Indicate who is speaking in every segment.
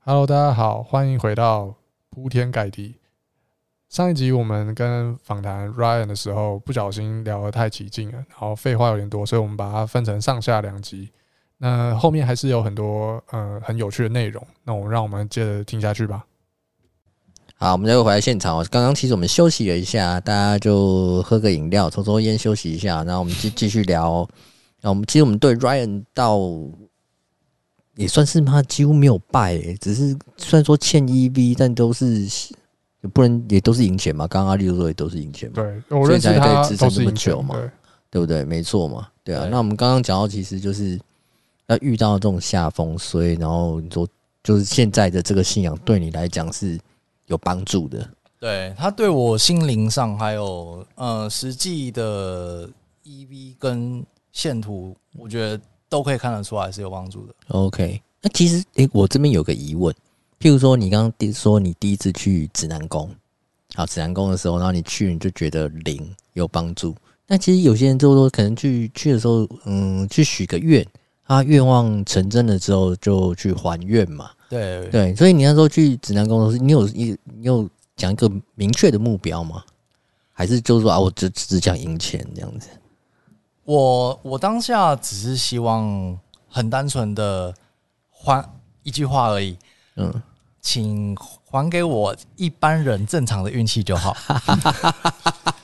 Speaker 1: Hello，大家好，欢迎回到铺天盖地。上一集我们跟访谈 Ryan 的时候，不小心聊得太起劲了，然后废话有点多，所以我们把它分成上下两集。那后面还是有很多呃很有趣的内容，那我们让我们接着听下去吧。
Speaker 2: 好，我们再回来现场哦。刚刚其实我们休息了一下，大家就喝个饮料，抽抽烟，休息一下。然后我们继继续聊。那我们其实我们对 Ryan 到也算是他几乎没有败、欸，只是虽然说欠 EV，但都是不能也都是赢钱嘛。刚刚阿六说也都是赢钱嘛，
Speaker 1: 对我认识他
Speaker 2: 所以才可以支
Speaker 1: 都
Speaker 2: 撑
Speaker 1: 是
Speaker 2: 这么
Speaker 1: 赢
Speaker 2: 久
Speaker 1: 钱
Speaker 2: 嘛
Speaker 1: 对
Speaker 2: 对不对？没错嘛，对啊。
Speaker 3: 对
Speaker 2: 那我们刚刚讲到，其实就是要遇到这种下风衰，然后你说就是现在的这个信仰对你来讲是有帮助的。
Speaker 3: 对他对我心灵上还有呃实际的 EV 跟线图，我觉得都可以看得出来是有帮助的。
Speaker 2: OK，那其实诶、我这边有个疑问，譬如说你刚刚第说你第一次去指南宫，好，指南宫的时候，然后你去你就觉得灵有帮助。那其实有些人就说，可能去去的时候，嗯，去许个愿，他愿望成真了之后就去还愿嘛。
Speaker 3: 对
Speaker 2: 对，所以你那时候去指南宫的时候，你有一你有讲一个明确的目标吗？还是就是说啊，我只只讲赢钱这样子？
Speaker 3: 我我当下只是希望很单纯的还一句话而已，
Speaker 2: 嗯，
Speaker 3: 请还给我一般人正常的运气 就好。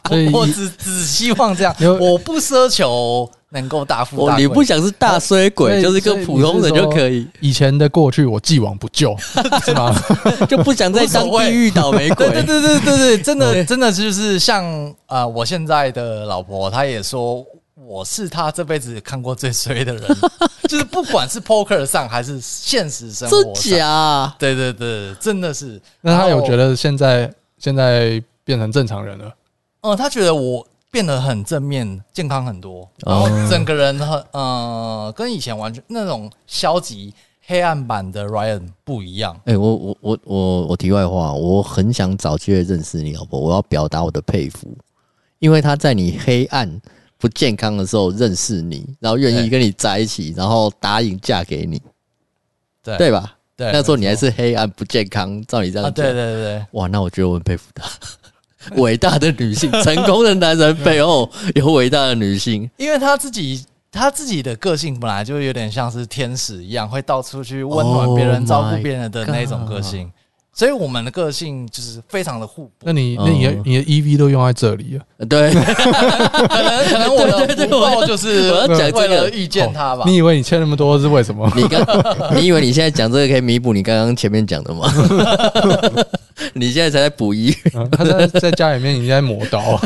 Speaker 1: 所以
Speaker 3: 我只只希望这样
Speaker 1: 有，
Speaker 3: 我不奢求能够大富
Speaker 2: 我
Speaker 3: 大
Speaker 2: 你不
Speaker 3: 贵。
Speaker 2: 想是大衰
Speaker 1: 所
Speaker 2: 鬼，
Speaker 1: 以
Speaker 2: 就是跟普通人就可以。
Speaker 1: 以前的过去我既往不 咎，是吗？
Speaker 2: 就不想再当地狱倒霉
Speaker 3: 对对
Speaker 2: 鬼。哦
Speaker 3: 对对对对，真
Speaker 2: 对
Speaker 3: 的真的就是像啊、呃我现在的老婆，她也说我是她这辈子看过最 衰的人，就是不管是 poker 上还是现实 生
Speaker 2: 真
Speaker 3: 活上，
Speaker 2: 假啊？
Speaker 3: 对对对，真的是。
Speaker 1: 那他有
Speaker 3: 然后
Speaker 1: 觉得现在现在变成正常人了？
Speaker 3: 哦，他觉得我变得很正面、健康很多，然
Speaker 2: 哦
Speaker 3: 后整个人很呃，跟以前完全那种消极、黑暗版的 Ryan 不一样。
Speaker 2: 哎、我我我我我题外话，我很想找机会认识你老婆，我要表达我的佩服，因为她在你黑暗不健康的时候认识你，然后愿意
Speaker 3: 对
Speaker 2: 跟你在一起，然后答应嫁给你，
Speaker 3: 对
Speaker 2: 对吧？
Speaker 3: 对，
Speaker 2: 那时候你还
Speaker 3: 没错
Speaker 2: 是黑暗不健康，照你这样
Speaker 3: 啊，
Speaker 2: 讲，
Speaker 3: 对对对
Speaker 2: 哇，那我觉得我很佩服她。伟大的女性，成功的男人背后有伟大的女性，
Speaker 3: 对，因为他自己。他自己的个性本来就有点像是天使一样，会到处去温暖别
Speaker 2: Oh
Speaker 3: 人、照
Speaker 2: my
Speaker 3: 顾别人的那种个性，所以我们的个性就是非常的互补。
Speaker 1: 那你那你的
Speaker 2: 嗯
Speaker 1: 你的 EV 都用在这里了，
Speaker 2: 呃 对，
Speaker 3: 可能可能我
Speaker 2: 对
Speaker 3: 的
Speaker 2: 对对
Speaker 3: 不够就是
Speaker 2: 我要讲这个
Speaker 3: 为了遇见他吧
Speaker 1: 哦。你以为你欠那么多是为什么？
Speaker 2: 你刚，你以为你现在讲这个可以弥补你刚刚前面讲的吗？ 你现在才在补一，
Speaker 1: 嗯他在在家里面已经在磨刀，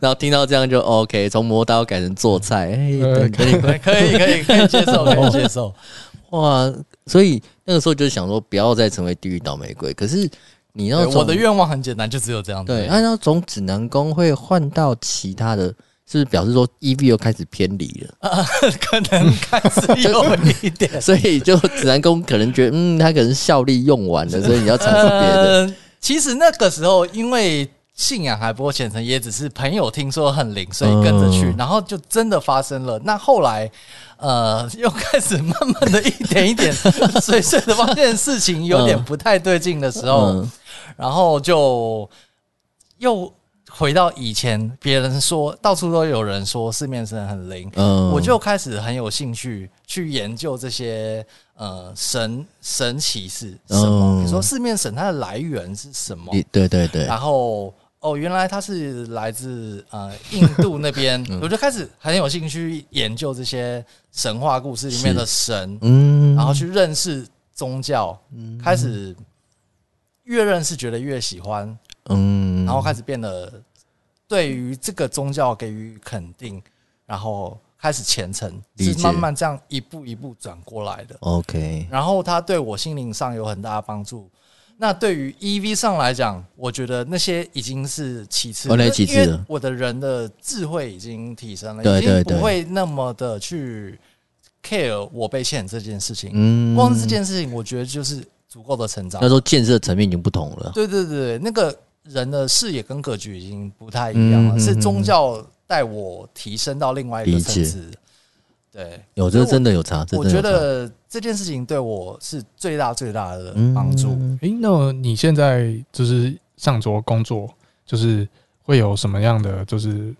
Speaker 2: 然后听到这样就 OK，从磨刀改成做菜，哎、
Speaker 1: 呃
Speaker 2: 等等你
Speaker 3: 对，可以可以可以接受，可以接受。
Speaker 2: 哇！所以那个时候就想说，不要再成为地狱倒霉鬼。可是你要
Speaker 3: 对
Speaker 2: 从
Speaker 3: 我的愿望很简单，就只有这样子。
Speaker 2: 对，按照从指南宫会换到其他的，是不是表示说 EV 又开始偏离了？。
Speaker 3: 可能开始有一点
Speaker 2: 所以就指南宫可能觉得，嗯，他可能效力用完了，所以你要尝试别 的。
Speaker 3: 呃，其实那个时候因为信仰还不够虔诚，也只是朋友听说很灵，所以跟着去，
Speaker 2: 嗯
Speaker 3: 然后就真的发生了。那后来，呃，又开始慢慢的一点一点 碎碎的发现事情有点不太对劲的时候，
Speaker 2: 嗯，
Speaker 3: 然后就又回到以前别人说到处都有人说四面神很灵，
Speaker 2: 嗯
Speaker 3: 我就开始很有兴趣去研究这些呃神神奇是什么，
Speaker 2: 嗯
Speaker 3: 比如说四面神它的来源是什么，啊
Speaker 2: 对对对，
Speaker 3: 然后哦原来它是来自呃印度那边，
Speaker 2: 嗯
Speaker 3: 我就开始很有兴趣研究这些神话故事里面的神，
Speaker 2: 嗯
Speaker 3: 然后去认识宗教，开始越认识觉得越喜欢，
Speaker 2: 嗯
Speaker 3: 然后开始变得对于这个宗教给予肯定，然后开始虔诚，
Speaker 2: 理
Speaker 3: 是
Speaker 2: 解
Speaker 3: 慢慢这样一步一步转过来的。
Speaker 2: OK，
Speaker 3: 然后它对我心灵上有很大的帮助。那对于 EV 上来讲，我觉得那些已经是其次，
Speaker 2: 哦那
Speaker 3: 因为
Speaker 2: 其次了
Speaker 3: 因为我的人的智慧已经提升了，
Speaker 2: 对对
Speaker 3: 已经
Speaker 2: 对
Speaker 3: 不会那么的去 care 我被欠这件事情。
Speaker 2: 嗯
Speaker 3: 光是这件事情，我觉得就是足够的成长
Speaker 2: 那时。候建设层面已经不同了。
Speaker 3: 对对对，那个人的视野跟格局已
Speaker 2: 嗯
Speaker 3: 经不太一样
Speaker 2: 嗯嗯
Speaker 3: 了，
Speaker 2: 嗯
Speaker 3: 是宗教带我提升到另外一个层次。对，
Speaker 2: 有这真的有差，这
Speaker 3: 我
Speaker 2: 真的
Speaker 3: 觉
Speaker 2: 有差
Speaker 3: 得这件事情对我是最大最大的帮助。
Speaker 2: 嗯
Speaker 1: 诶，那你现在就是上桌工作，就是会有什么样的就是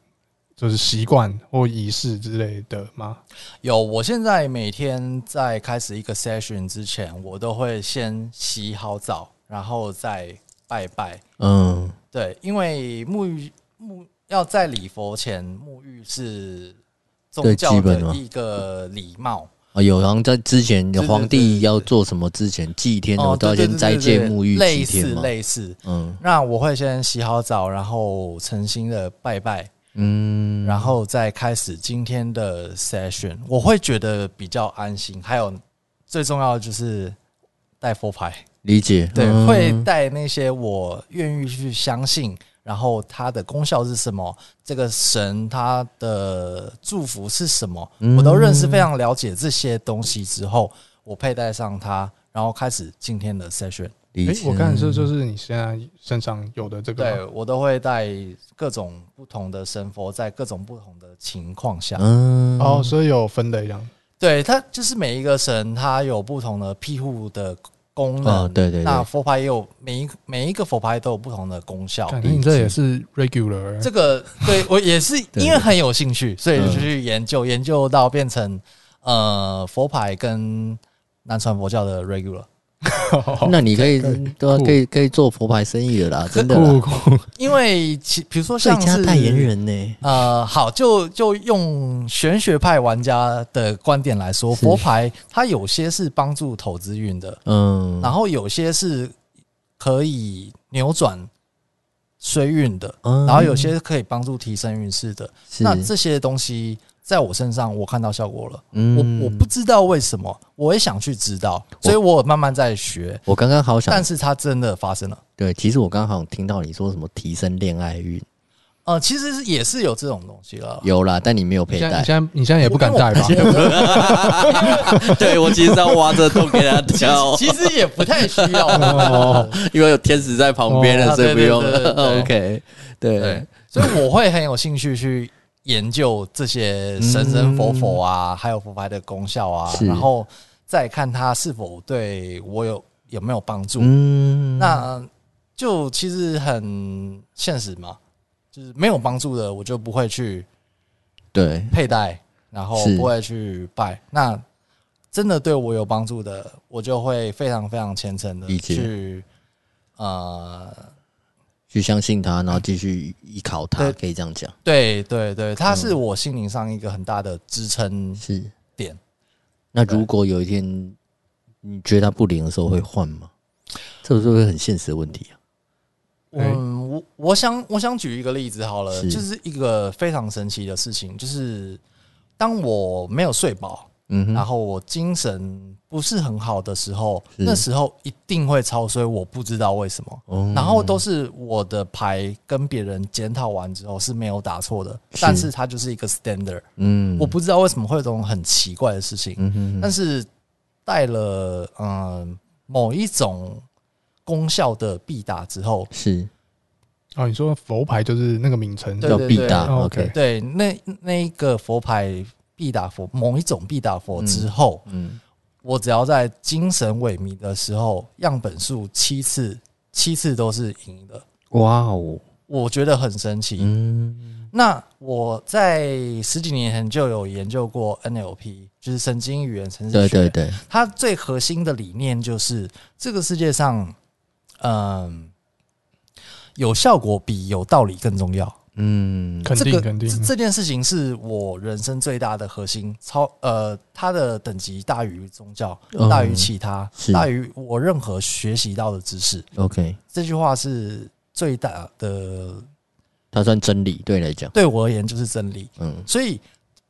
Speaker 1: 就是习惯或仪式之类的吗？
Speaker 3: 有，我现在每天在开始一个 session 之前，我都会先洗好澡，然后再拜拜。
Speaker 2: 嗯，
Speaker 3: 对，因为沐浴沐要在礼佛前沐浴是宗
Speaker 2: 对
Speaker 3: 教
Speaker 2: 基本
Speaker 3: 的
Speaker 2: 吗
Speaker 3: 一个礼貌。
Speaker 2: 啊，有，好像在之前
Speaker 3: 对对
Speaker 2: 皇帝要做什么之前祭天，我都要
Speaker 3: 哦对对
Speaker 2: 先
Speaker 3: 对
Speaker 2: 斋
Speaker 3: 对
Speaker 2: 戒
Speaker 3: 对
Speaker 2: 沐浴几
Speaker 3: 类
Speaker 2: 天
Speaker 3: 似
Speaker 2: 嘛。
Speaker 3: 类似。
Speaker 2: 嗯
Speaker 3: 那我会先洗好澡，然后诚心的拜拜，
Speaker 2: 嗯，
Speaker 3: 然后再开始今天的 session，我会觉得比较安心。还有最重要的就是带佛牌，
Speaker 2: 理解
Speaker 3: 对，
Speaker 2: 嗯
Speaker 3: 会带那些我愿意去相信，然后它的功效是什么，这个神它的祝福是什么，
Speaker 2: 嗯
Speaker 3: 我都认识非常了解这些东西之后，我佩戴上它，然后开始今天的 session。
Speaker 2: 嗯理
Speaker 1: 诶，
Speaker 2: 解。
Speaker 1: 我看是就是你现在身上有的这个
Speaker 3: 对
Speaker 1: 吗，
Speaker 3: 我都会带各种不同的神佛，在各种不同的情况下，
Speaker 2: 嗯
Speaker 1: 哦，所以有分类这样。
Speaker 3: 对它就是每一个神，它有不同的庇护的功能。
Speaker 2: 哦，对对
Speaker 3: 那
Speaker 2: 对，
Speaker 3: 佛牌也有每一每一个佛牌都有不同的功效。
Speaker 1: 感觉你这也是 regular，
Speaker 3: 这个对我也是
Speaker 2: 对
Speaker 3: 因为很有兴趣，所以
Speaker 2: 嗯
Speaker 3: 就去研究，研究到变成呃佛牌跟南传佛教的 regular。
Speaker 2: 那你可以
Speaker 1: 可以
Speaker 2: 对啊，
Speaker 1: 酷
Speaker 2: 可以可以做佛牌生意的啦，真的
Speaker 1: 酷
Speaker 2: 啦，
Speaker 1: 酷
Speaker 3: 因为其比如说
Speaker 2: 最
Speaker 3: 像
Speaker 2: 佳
Speaker 3: 是
Speaker 2: 代言人呢？
Speaker 3: 呃，好，就就用玄学派玩家的观点来说，
Speaker 2: 是
Speaker 3: 佛牌它有些是帮助投资运的，
Speaker 2: 嗯，
Speaker 3: 然后有些是可以扭转衰运的，
Speaker 2: 嗯
Speaker 3: 然后有些是可以帮助提升运势的。
Speaker 2: 是
Speaker 3: 那这些东西在我身上我看到效果了，
Speaker 2: 嗯
Speaker 3: 我我不知道为什么，我也想去知道，所以我有慢慢在学，
Speaker 2: 我刚刚好想
Speaker 3: 但是它真的发生了。
Speaker 2: 对，其实我刚好听到你说什么提升恋爱运，
Speaker 3: 呃，其实是也是有这种东西了，
Speaker 2: 有啦，但你没有佩
Speaker 1: 你现在
Speaker 2: 戴
Speaker 1: 你。现在你现在也不敢 戴吧？
Speaker 2: 对我其实要挖这洞给他跳，
Speaker 3: 其实也不太需要。
Speaker 1: 哦，
Speaker 2: 因为有天使在旁边
Speaker 3: 哦
Speaker 2: 了，
Speaker 3: 啊
Speaker 2: 所以不用
Speaker 3: 对对对
Speaker 2: 了。
Speaker 3: 对
Speaker 2: OK，对
Speaker 3: 对，所以我会很有兴趣去研究这些神神佛佛啊，还有佛牌的功效啊，
Speaker 2: 嗯是
Speaker 3: 然后再看它是否对我有有没有帮助。
Speaker 2: 嗯，
Speaker 3: 那就其实很现实嘛，就是没有帮助的，我就不会去
Speaker 2: 对
Speaker 3: 佩戴，然后
Speaker 2: 是
Speaker 3: 不会去拜。那真的对我有帮助的，我就会非常非常虔诚的
Speaker 2: 理解
Speaker 3: 去呃
Speaker 2: 去相信他，然后继续依靠他，
Speaker 3: 对
Speaker 2: 可以这样讲，
Speaker 3: 对对对，它
Speaker 2: 嗯
Speaker 3: 是我心灵上一个很大的支撑
Speaker 2: 是
Speaker 3: 点。
Speaker 2: 那如果有一天你觉得他不灵的时候，会换吗？这是不是很现实的问题啊？
Speaker 3: 嗯，我我想我想举一个例子好了，
Speaker 2: 是
Speaker 3: 就是一个非常神奇的事情，就是当我没有睡饱，
Speaker 2: 嗯
Speaker 3: 然
Speaker 2: 哼，
Speaker 3: 后我精神不是很好的时候，
Speaker 2: 是
Speaker 3: 那时候一定会超衰，我不知道为什么。
Speaker 2: 哦
Speaker 3: 然后都是我的牌跟别人检讨完之后是没有打错的，
Speaker 2: 是
Speaker 3: 但是它就是一个 standard，、
Speaker 2: 嗯
Speaker 3: 我不知道为什么会有这种很奇怪的事情。
Speaker 2: 嗯哼
Speaker 3: 但
Speaker 2: 哼，
Speaker 3: 是带了嗯、某一种功效的必打之后，
Speaker 2: 是
Speaker 1: 哦，你说佛牌就是那个名称，
Speaker 3: 对
Speaker 2: 要必答
Speaker 1: 对
Speaker 2: ，OK，
Speaker 1: OK
Speaker 3: 对那那一个佛牌必打佛某一种必打佛之后，
Speaker 2: 嗯，
Speaker 3: 我只要在精神萎靡的时候，样本数七次，七次都是赢的，
Speaker 2: 哇哦，
Speaker 3: 我觉得很神奇。
Speaker 2: 嗯，
Speaker 3: 那我在十几年前就有研究过 NLP，就是神经语言程式学。
Speaker 2: 对对对，
Speaker 3: 它最核心的理念就是，这个世界上，嗯、有效果比有道理更重要。
Speaker 2: 嗯，
Speaker 1: 肯
Speaker 3: 这
Speaker 1: 定
Speaker 3: 个
Speaker 1: 肯定
Speaker 3: 这，这件事情是我人生最大的核心，超呃，它的等级大于宗教，
Speaker 2: 嗯
Speaker 3: 大于其他，
Speaker 2: 是
Speaker 3: 大于我任何学习到的知识。
Speaker 2: OK，
Speaker 3: 这句话是最大的，
Speaker 2: 它算真理，对你来讲，
Speaker 3: 对我而言就是真理。
Speaker 2: 嗯
Speaker 3: 所以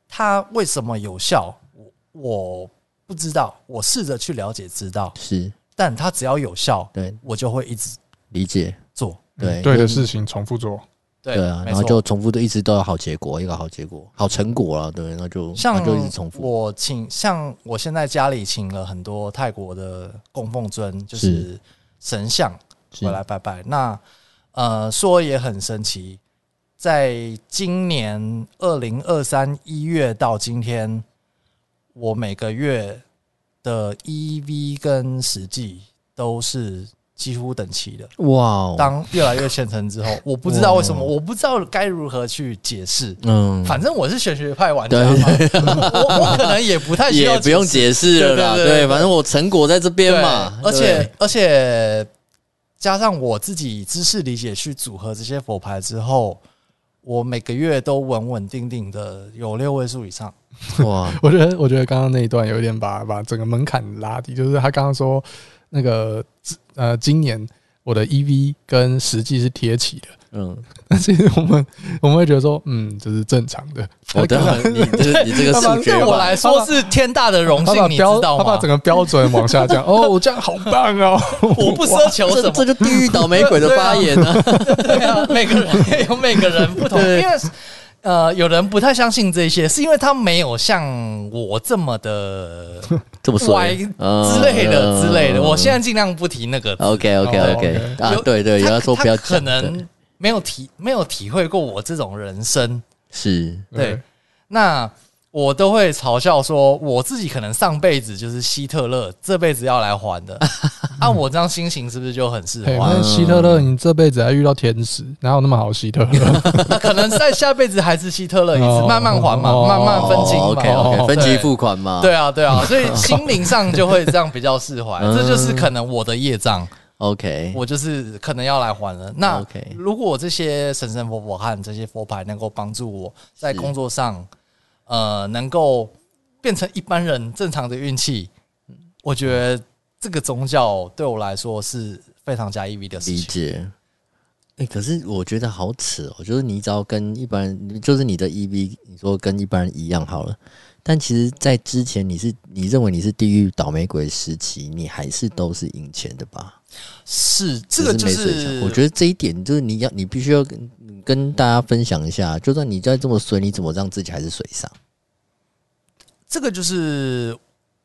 Speaker 3: 它为什么有效，我我不知道，我试着去了解知道，
Speaker 2: 是
Speaker 3: 但它只要有效，
Speaker 2: 对，
Speaker 3: 我就会一直
Speaker 2: 理解，
Speaker 3: 做。
Speaker 2: 嗯对
Speaker 1: 对的
Speaker 2: 就是
Speaker 1: 事情重复做，
Speaker 3: 对
Speaker 2: 对啊，
Speaker 3: 没
Speaker 2: 然后
Speaker 3: 错
Speaker 2: 就重复的一直都有好结果，一个好结果，好成果了，对，那就
Speaker 3: 像
Speaker 2: 那就一直重复，
Speaker 3: 我请像我现在家里请了很多泰国的供奉尊，就是神像
Speaker 2: 是
Speaker 3: 回来拜拜。那呃，说也很神奇，在今年二零二三一月到今天，我每个月的 EV 跟实际都是几乎等齐的。
Speaker 2: 哇哦，
Speaker 3: 当越来越虔诚之后，我不知道为什么，
Speaker 2: 哇
Speaker 3: 我不知道该如何去解释。
Speaker 2: 嗯，
Speaker 3: 反正我是玄学派玩家嘛，我我可能也不太需要
Speaker 2: 也不用
Speaker 3: 解释
Speaker 2: 解释了啦，
Speaker 3: 对对对对
Speaker 2: 反正我成果在这边
Speaker 3: 对
Speaker 2: 嘛，
Speaker 3: 而
Speaker 2: 对
Speaker 3: 且而且加上我自己知识理解去组合这些佛牌之后，我每个月都稳稳定定的有六位数以上。
Speaker 2: 哇，
Speaker 1: 我觉得，我觉得刚刚那一段有一点把把整个门槛拉低，就是他刚刚说那个呃，今年我的 EV 跟实际是贴齐的，
Speaker 2: 嗯，
Speaker 1: 但其实我们我们会觉得说，嗯，这是正常的。
Speaker 2: 我等会你这你这个数学
Speaker 3: 对我
Speaker 2: 吧，
Speaker 3: 来说是天大的荣
Speaker 1: 他把
Speaker 3: 幸，你知
Speaker 1: 标
Speaker 3: 道
Speaker 1: 他把
Speaker 3: 吗
Speaker 1: 整？个标准往下 降，哦，我这样好棒哦！
Speaker 3: 我不奢求什
Speaker 2: 这这
Speaker 3: 么，
Speaker 2: 就地狱倒霉鬼的发言啊，
Speaker 3: 对啊，每个人有每个人不同，因
Speaker 2: 对
Speaker 3: 为呃，有人不太相信这些，是因为他没有像我这么的
Speaker 2: 这么嗯说
Speaker 3: 歪之类的之类的。我现在尽量不提那个字
Speaker 2: OK OK
Speaker 1: 哦
Speaker 2: OK 啊
Speaker 3: 有，
Speaker 2: 对对，有
Speaker 3: 他
Speaker 2: 人说
Speaker 3: 他
Speaker 2: 不要
Speaker 3: 可
Speaker 2: 讲，对
Speaker 3: 能没有体没有体会过我这种人生，
Speaker 2: 是
Speaker 3: 对，那我都会嘲笑说，我自己可能上辈子就是希特勒，这辈子要来还的。按、我这样心情是不是就很释
Speaker 1: 嘿，
Speaker 3: 怀
Speaker 1: 那？希特勒，你这辈子还遇到天使，哪有那么好希特勒？
Speaker 3: 那可能在下辈子还是希特勒一次，
Speaker 1: 哦
Speaker 3: 慢慢还嘛，
Speaker 1: 哦
Speaker 3: 慢慢分清嘛。
Speaker 2: OK
Speaker 1: 哦
Speaker 2: OK，分期
Speaker 3: 对
Speaker 2: 付款嘛，
Speaker 3: 对啊，对啊，所以心灵上就会这样比较释怀，
Speaker 2: 嗯
Speaker 3: 这就是可能我的业障，
Speaker 2: ，OK，
Speaker 3: 我就是可能要来还了。那
Speaker 2: OK
Speaker 3: 如果我这些神神佛佛和这些佛牌能够帮助我在
Speaker 2: 是
Speaker 3: 工作上，呃，能够变成一般人正常的运气，我觉得这个宗教对我来说是非常加 EV 的事
Speaker 2: 理
Speaker 3: 情。
Speaker 2: 解。哎、可是我觉得好扯哦，就是你只要跟一般人，就是你的 EV，你说跟一般人一样好了，但其实，在之前你是你认为你是地狱倒霉鬼时期，你还是都是赢钱的吧？
Speaker 3: 是这个就
Speaker 2: 只是没水
Speaker 3: 是
Speaker 2: 饺我觉得这一点就是你要你必须要跟跟大家分享一下，就算你再这么水，你怎么让自己还是水上？
Speaker 3: 这个就是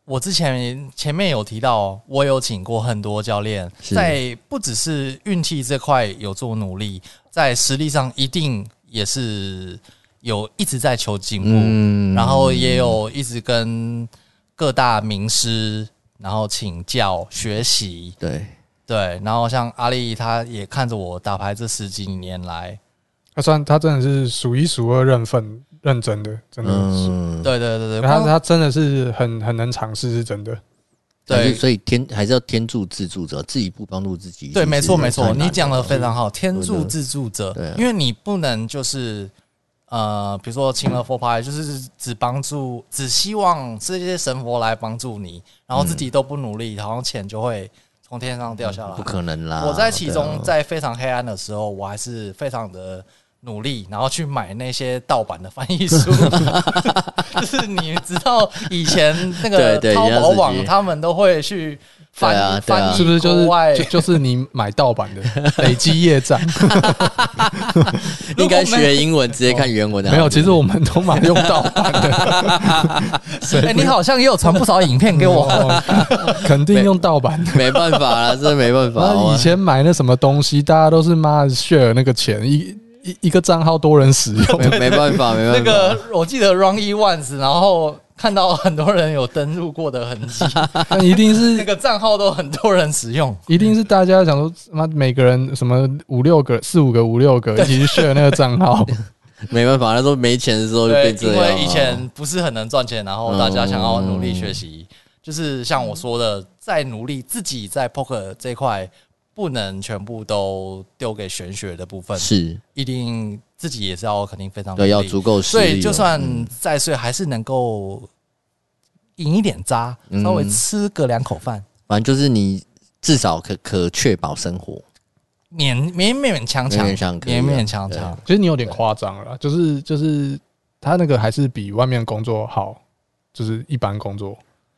Speaker 3: 我之前前面有提到，哦我有请过很多教练，
Speaker 2: 是
Speaker 3: 在不只是运气这块有做努力，在实力上一定也是有一直在求进步，
Speaker 2: 嗯
Speaker 3: 然后也有一直跟各大名师然后请教学习，
Speaker 2: 对，
Speaker 3: 对，然后像阿丽她也看着我打牌这十几年来，
Speaker 1: 他算他真的是数一数二认份认真的，真的是。
Speaker 2: 嗯，
Speaker 3: 对对对对，
Speaker 1: 他
Speaker 3: 光
Speaker 1: 他真的是很很能尝试，是真的。
Speaker 2: 还是
Speaker 3: 对
Speaker 2: 所以天还是要天助自助者，自己不帮助自己。
Speaker 3: 对，没错
Speaker 2: 其实
Speaker 3: 没
Speaker 2: 太
Speaker 3: 错，
Speaker 2: 难
Speaker 3: 你讲的
Speaker 2: 了
Speaker 3: 非常好。天
Speaker 2: 对
Speaker 3: 助
Speaker 2: 的
Speaker 3: 自助者
Speaker 2: 对啊，
Speaker 3: 因为你不能就是呃，比如说请了佛牌，就是只帮助，只希望这些神佛来帮助你，然后自己都不努力，然后钱就会从天上掉下来
Speaker 2: 不。可能啦！
Speaker 3: 我在其
Speaker 2: 对
Speaker 3: 中
Speaker 2: 啊
Speaker 3: 在非常黑暗的时候，我还是非常的。努力，然后去买那些盗版的翻 译书，就是你知道以前那个
Speaker 2: 对对
Speaker 3: 淘
Speaker 2: 一样
Speaker 3: 宝
Speaker 2: 是
Speaker 3: 网
Speaker 2: 去，
Speaker 3: 他们都会去
Speaker 2: 对啊
Speaker 3: 翻
Speaker 2: 对啊
Speaker 3: 翻译，
Speaker 1: 是不是就是
Speaker 3: 国外
Speaker 1: 就 就是你买盗版 的累积业障？
Speaker 2: 应该
Speaker 3: 如果没
Speaker 2: 学英文，直接看原文的。
Speaker 1: 没有，其实我们都买用盗版的，
Speaker 3: 哎、你好像也有传不少影片给
Speaker 2: 嗯
Speaker 3: 我。
Speaker 1: 哦肯定用盗版的。
Speaker 2: 没办法了，真的没办法。
Speaker 1: 然后
Speaker 2: 我
Speaker 1: 以前买 那什么东西，大家都是妈 share 那个钱，一一一个账号多人使用，
Speaker 2: 哦没没办 法，没办法。
Speaker 3: 那个我记得 Run E Once，然后看到很多人有登录过的痕 迹，
Speaker 1: 但一定是
Speaker 3: 那个账号都很多人使用。
Speaker 1: 一定是大家想说，妈每个人什么五六个、四五个、五六个一起去 share 那个账 号，
Speaker 2: 没办法，那时候没钱的时候就
Speaker 3: 对
Speaker 2: 变，这
Speaker 3: 因
Speaker 2: 样啊。
Speaker 3: 为以前不是很能赚钱，然后大家想要努力学习，
Speaker 2: 嗯
Speaker 3: 就是像我说的，在努力自己在 poker 这块不能全部都丢给玄学的部分，
Speaker 2: 是
Speaker 3: 一定自己也是要肯定非常努
Speaker 2: 对
Speaker 3: 力
Speaker 2: 要足够实
Speaker 3: 所
Speaker 2: 力哦，
Speaker 3: 以就算
Speaker 2: 嗯
Speaker 3: 再睡，还是能够赢一点渣，
Speaker 2: 嗯
Speaker 3: 稍微吃个两口饭，
Speaker 2: 反正就是你至少可可确保生活。
Speaker 3: 勉勉勉强强，
Speaker 2: 勉勉强可以啊
Speaker 3: 勉勉强强。
Speaker 1: 其实你有点夸张了啦，就是就是他那个还是比外面工作好，就是一般工作，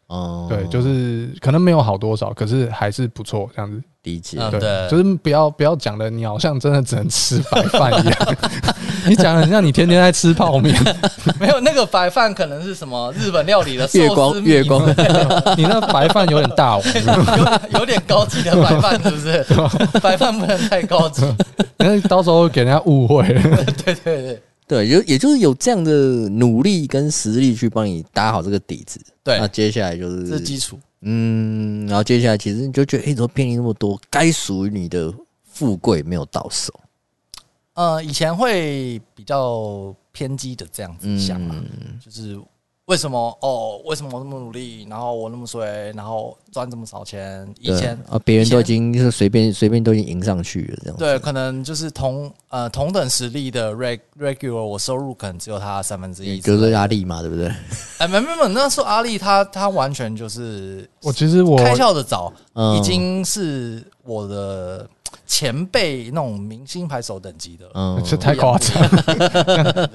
Speaker 2: 哦，
Speaker 1: 对，就是可能没有好多少，可是还是不错这样子，
Speaker 2: 理解。
Speaker 3: 嗯对
Speaker 1: 对，就是不要不要讲的你好像真的只能吃白饭一样，你讲的像你天天在吃泡面，
Speaker 3: 没有那个白饭可能是什么日本料理 的寿司
Speaker 2: 月光
Speaker 3: 米
Speaker 2: 月光，
Speaker 1: 你那白饭有点大碗，
Speaker 3: 有有点高级的白饭是 不是？白饭不能太高级，
Speaker 1: 那到时候给人家误会了。
Speaker 3: 对对对。
Speaker 2: 对，就也就是有这样的努力跟实力去帮你打好这个底子。
Speaker 3: 对
Speaker 2: 那，接下来就
Speaker 3: 这是
Speaker 2: 是
Speaker 3: 基础。
Speaker 2: 嗯，然后接下来其实你就觉得，哎、怎么骗你那么多？该属于你的富贵没有到手。
Speaker 3: 呃，以前会比较偏激的这样子想嘛，
Speaker 2: 嗯，
Speaker 3: 就是为什么哦，为什么我那么努力，然后我那么衰，然后赚这么少钱？以
Speaker 2: 对
Speaker 3: 前
Speaker 2: 啊，别人
Speaker 3: 以
Speaker 2: 都已
Speaker 3: 前
Speaker 2: 经就是随便随便都已经迎上去了，这样子
Speaker 3: 对，可能就是同呃同等实力的 reg regular，我收入可能只有他三分之一
Speaker 2: 你
Speaker 3: 之
Speaker 2: 就
Speaker 3: 类的。
Speaker 2: 是压力嘛，对不对？
Speaker 3: 哎，没没没，那时候阿丽她她完全就是
Speaker 1: 我其实我
Speaker 3: 开窍的早，
Speaker 2: 嗯
Speaker 3: 已经是我的前辈那种明星牌手等级的了。
Speaker 2: 嗯，
Speaker 1: 这太夸张，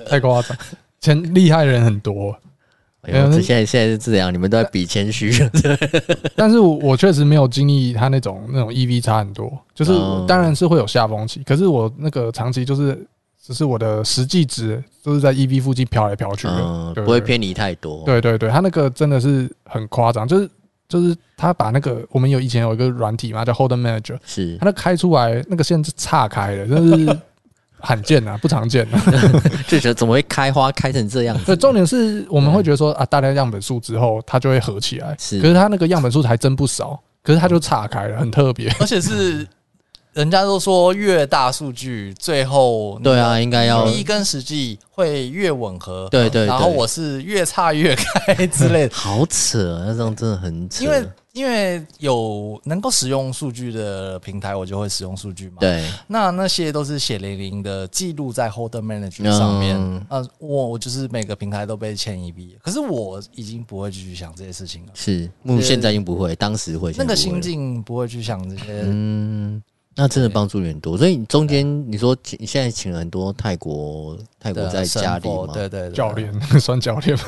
Speaker 1: 太夸张，前厉害人很多，
Speaker 2: 哎呦，这现在现在是这样，你们都在比谦 虚，
Speaker 1: 但是我我确实没有经历他那种那种 EV 差很多，就是
Speaker 2: 嗯
Speaker 1: 当然是会有下风期，可是我那个长期就是只是我的实际值都是在 EV 附近飘来飘去的
Speaker 2: 嗯，，
Speaker 1: 对
Speaker 2: 不会。偏离太多。，
Speaker 1: 对对对，他那个真的是很夸张，就是就是他把那个我们有以前有一个软体嘛，叫 Hold Manager，
Speaker 2: 是
Speaker 1: 他那开出来那个线是岔开的，真是罕见啊，不常见啊。
Speaker 2: 这时候怎么会开花开成这样子？
Speaker 1: 对，重点是我们会觉得说啊，大量样本数之后，它就会合起来。
Speaker 2: 是
Speaker 1: 可是它那个样本数还真不少，可是它就岔开了，很特别。
Speaker 3: 而且是人家都说越大数据最后
Speaker 2: 对啊，应该要
Speaker 3: 一跟实际会越吻合，
Speaker 2: 对对，
Speaker 3: 然后
Speaker 2: 对
Speaker 3: 我是越差越 开之类的，
Speaker 2: 好扯啊，那这样真的很扯。
Speaker 3: 因为。因为有能够使用数据的平台，我就会使用数据嘛。
Speaker 2: 对，
Speaker 3: 那那些都是血淋淋的记录在 Holder Manager 上面。
Speaker 2: 嗯
Speaker 3: 呃，我我就是每个平台都被欠一笔，可是我已经不会继续想这些事情了，
Speaker 2: 是，目
Speaker 3: 是
Speaker 2: 现在已经不会，当时会，
Speaker 3: 那个
Speaker 2: 现在不
Speaker 3: 心
Speaker 2: 会
Speaker 3: 境不会去想这些。
Speaker 2: 嗯，那真的
Speaker 3: 对
Speaker 2: 帮助你很多。所以你中间你说请你现在请了很多泰国泰国
Speaker 3: 的
Speaker 2: 在
Speaker 3: 生
Speaker 2: 家里
Speaker 3: 活
Speaker 2: 嘛，
Speaker 3: 啊对对对，
Speaker 1: 教练 算教练吗？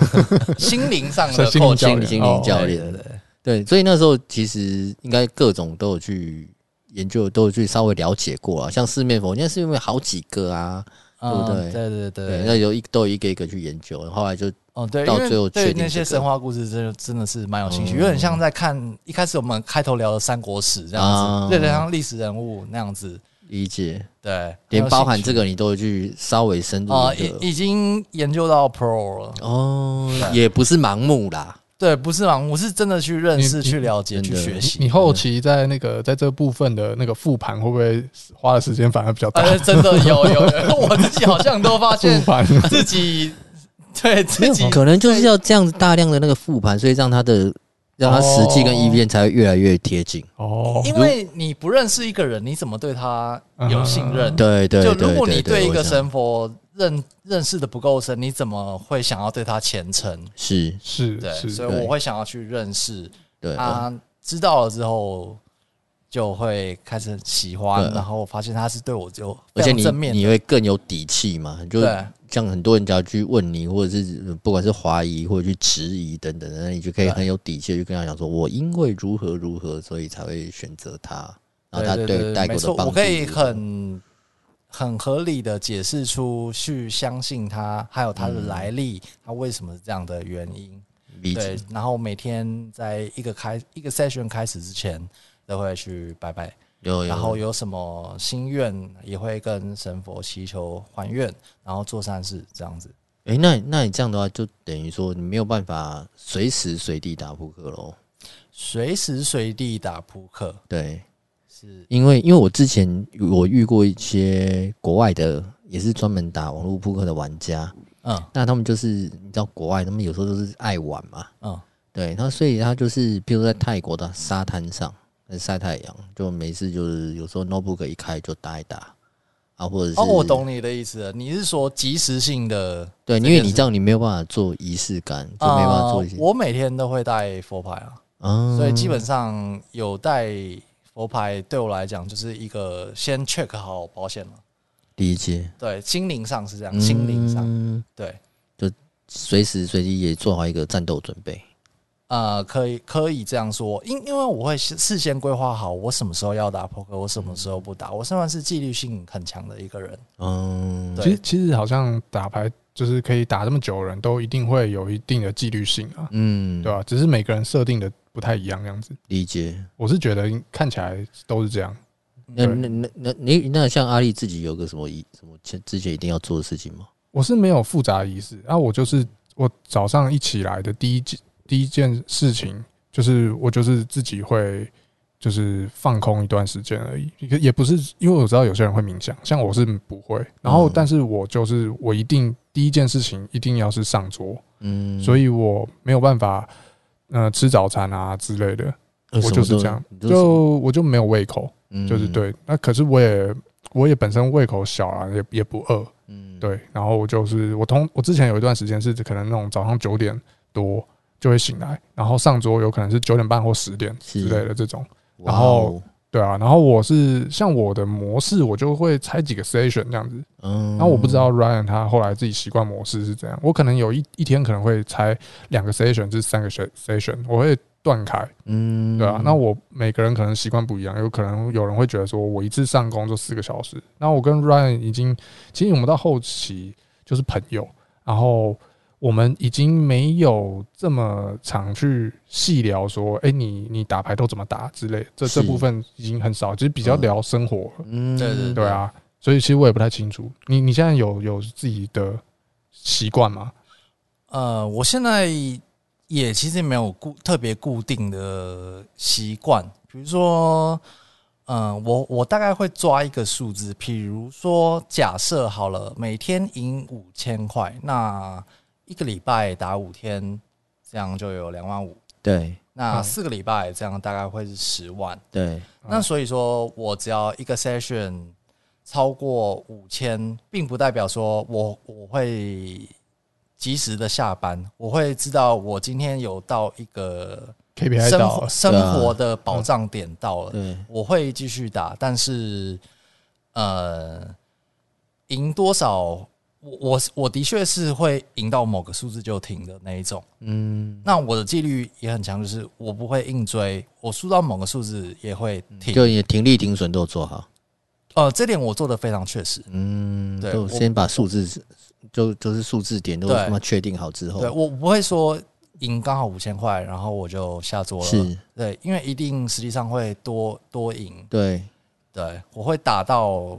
Speaker 3: 心灵上的
Speaker 1: 心灵
Speaker 3: 扣
Speaker 1: 教
Speaker 2: 心
Speaker 1: 练
Speaker 2: 心灵
Speaker 1: 哦
Speaker 2: 教
Speaker 3: 对对
Speaker 2: 练，对，所以那时候其实应该各种都有去研究，都有去稍微了解过啊。像四面佛，现在四面佛有好几个啊，
Speaker 3: 嗯
Speaker 2: 对不对
Speaker 3: 对对对
Speaker 2: 对，
Speaker 3: 对
Speaker 2: 那有一都有一个一个去研究，然后后来就
Speaker 3: 哦，对，
Speaker 2: 到
Speaker 3: 因为
Speaker 2: 最后确
Speaker 3: 对
Speaker 2: 定
Speaker 3: 那些
Speaker 2: 这个
Speaker 3: 神话故事，真的真的是蛮有兴趣，
Speaker 2: 嗯
Speaker 3: 有点像在看一开始我们开头聊的三国史这样
Speaker 2: 啊
Speaker 3: 子，有点像历史人物那样子，
Speaker 2: 理解，
Speaker 3: 对，
Speaker 2: 连包含
Speaker 3: 个
Speaker 2: 这个你都有去稍微深入
Speaker 3: 哦，
Speaker 2: 的
Speaker 3: 已已经研究到 Pro 了，
Speaker 2: 哦，也不是盲目啦，
Speaker 3: 对，不是忙，我是真的去认
Speaker 1: 你
Speaker 3: 识、
Speaker 1: 你
Speaker 3: 去了解、
Speaker 2: 真
Speaker 3: 去
Speaker 2: 的
Speaker 3: 学
Speaker 1: 你
Speaker 3: 习。
Speaker 1: 后期在那个在这部分的那个复盘，会不会花的时间反而比较大？
Speaker 3: 呃，真的有有有，我自己好像都发
Speaker 1: 复
Speaker 3: 现
Speaker 1: 盘
Speaker 3: 自己对
Speaker 2: 没
Speaker 3: 自
Speaker 2: 有
Speaker 3: 己，
Speaker 2: 可能就是要这样子大量的那个复盘，所以让它的让它实际跟
Speaker 1: 哦
Speaker 2: E V N 才会越来越贴近。
Speaker 1: 哦，
Speaker 3: 因为你不认识一个人，你怎么对他有信任？
Speaker 2: 啊对对
Speaker 3: 就
Speaker 2: 对，
Speaker 3: 如果
Speaker 2: 对
Speaker 3: 你
Speaker 2: 对
Speaker 3: 对一
Speaker 2: 我
Speaker 3: 个
Speaker 2: 想
Speaker 3: 神佛认认识的不够深，你怎么会想要对他虔诚？
Speaker 2: 是，
Speaker 1: 是
Speaker 3: 对，
Speaker 1: 是
Speaker 3: 所以
Speaker 2: 对
Speaker 3: 我会想要去认识
Speaker 2: 对哦
Speaker 3: 他，知道了之后就会开始喜欢，
Speaker 2: 对
Speaker 3: 然后发现他是对我就
Speaker 2: 而
Speaker 3: 非
Speaker 2: 且
Speaker 3: 常
Speaker 2: 你
Speaker 3: 正面的，
Speaker 2: 你会更有底气嘛？就
Speaker 3: 对
Speaker 2: 像很多人只要去问你，或者是呃不管是怀疑或者去质疑等等的，那你就可以
Speaker 3: 对
Speaker 2: 很有底气地去跟他讲说，我因为如何如何，所以才会选择他。然后他
Speaker 3: 对对，
Speaker 2: 带给
Speaker 3: 没
Speaker 2: 我的
Speaker 3: 错，
Speaker 2: 帮助如何，
Speaker 3: 我可以很很合理的解释出去相信他，还有他的来历，他为什么是这样的原因。
Speaker 2: 嗯理解
Speaker 3: 对，然后每天在一个开一个 session 开始之前，都会去拜拜，
Speaker 2: 有有，
Speaker 3: 然后有什么心愿也会跟神佛祈求还愿，然后做善事这样子。
Speaker 2: 哎、那那你这样的话，就等于说你没有办法随时随地打扑克喽。
Speaker 3: 随时随地打扑克
Speaker 2: 对，
Speaker 3: 是
Speaker 2: 因为因为我之前我遇过一些国外的，也是专门打网络扑克的玩家，
Speaker 3: 嗯
Speaker 2: 那他们就是你知道国外他们有时候都是爱玩嘛，
Speaker 3: 嗯
Speaker 2: 对，他所以他就是，譬如在泰国的沙滩上呃晒太阳，就没事就是有时候 notebook 一开就打一打啊，或者是
Speaker 3: 哦，我，懂你的意思了，你是说即时性的
Speaker 2: 对，因
Speaker 3: 这
Speaker 2: 为
Speaker 3: 件
Speaker 2: 你
Speaker 3: 事
Speaker 2: 这样你没有办法做仪式感，就没办法做一些
Speaker 3: 呃，我每天都会带佛牌啊，
Speaker 2: 嗯
Speaker 3: 所以基本上有带佛牌对我来讲就是一个先 check 好保险了。
Speaker 2: 理解，
Speaker 3: 对，心灵上是这样，心灵上、
Speaker 2: 嗯
Speaker 3: 对，
Speaker 2: 随时随地也做好一个战斗准备，
Speaker 3: 呃，可以可以这样说，因因为我会事事先规划好我什么时候要打扑克，我什么时候不打，我虽然是纪律性很强的一个人，
Speaker 2: 嗯，
Speaker 3: 对
Speaker 1: 其实其实好像打牌就是可以打这么久的人都一定会有一定的纪律性啊，
Speaker 2: 嗯，
Speaker 1: 对吧、只是每个人设定的不太一样，样子。
Speaker 2: 理解。
Speaker 1: 我是觉得看起来都是这样。
Speaker 2: 那
Speaker 1: 对
Speaker 2: 那那那你那像阿丽自己有个什么一什么前之前一定要做的事情吗？
Speaker 1: 我是没有复杂的仪式，啊，我就是我早上一起来的第一件第一件事情，就是我就是自己会就是放空一段时间而已，也也不是因为我知道有些人会冥想，像我是不会，然后
Speaker 2: 嗯
Speaker 1: 但是我就是我一定第一件事情一定要是上桌，
Speaker 2: 嗯，
Speaker 1: 所
Speaker 2: 以
Speaker 1: 以我没有办法呃吃早餐啊之类的，我就是这样，就我就没有胃口，
Speaker 2: 嗯
Speaker 1: 就是，对，那可是我也我也本身胃口小啊，也也不饿。
Speaker 2: 嗯你都什么，
Speaker 1: 对，然后我就是我通我之前有一段时间是可能那种早上九点多就会醒来，然后上桌有可能是九点半或十点之
Speaker 2: 是
Speaker 1: 类的这种，
Speaker 2: 嗯
Speaker 1: 然后，对啊，然后我是像我的模式，我就会拆几个 session 这样子，
Speaker 2: 哇哦嗯，
Speaker 1: 然后我不知道 Ryan 他后来自己习惯模式是怎样，我可能有一一天可能会拆两个 session 至三个 se- session，我会断开，
Speaker 2: 嗯，
Speaker 1: 对啊，那我每个人可能习惯不一样，有可能有人会觉得说我一次上工就四个小时，那我跟 Ryan 已经，其实我们到后期就是朋友，然后我们已经没有这么常去细聊说，哎、你你打牌都怎么打之类的，这
Speaker 2: 是
Speaker 1: 这部分已经很少，就是比较聊生活了，
Speaker 2: 嗯，
Speaker 3: 对对
Speaker 1: 对啊，所以其实我也不太清楚，你你现在有有自己的习惯吗？
Speaker 3: 呃，我现在也其实没有固特别固定的习惯，比如说，嗯、我我大概会抓一个数字，比如说假设好了，每天赢五千块，那一个礼拜打五天，这样就有两万五。
Speaker 2: 对
Speaker 3: 那
Speaker 1: 嗯
Speaker 3: 四个礼拜这样大概会是十万。
Speaker 2: 对，
Speaker 3: 那所以说我只要一个 session 超过五千，并不代表说我我会及时的下班，我会知道我今天有到一个
Speaker 1: KPI
Speaker 3: 生
Speaker 1: 到
Speaker 3: 活
Speaker 1: 了
Speaker 3: 生
Speaker 2: 对啊
Speaker 3: 活的保障点到了，
Speaker 2: 对，
Speaker 3: 我会继续打，但是呃，赢多少？我我我的确是会赢到某个数字就停的那一种，
Speaker 2: 嗯，
Speaker 3: 那我的纪律也很强，就是我不会硬追，我输到某个数字也会停。
Speaker 2: 就也停利停损都有做好，
Speaker 3: 呃，这点我做的非常确实。
Speaker 2: 嗯，
Speaker 3: 对
Speaker 2: 就
Speaker 3: 我
Speaker 2: 先把数字就就是数字点都
Speaker 3: 对
Speaker 2: 他妈确定好之后，
Speaker 3: 对我不会说赢刚好五千块，然后我就下桌了。
Speaker 2: 是，
Speaker 3: 对，因为一定实际上会多多赢。
Speaker 2: 对，
Speaker 3: 对，我会打到，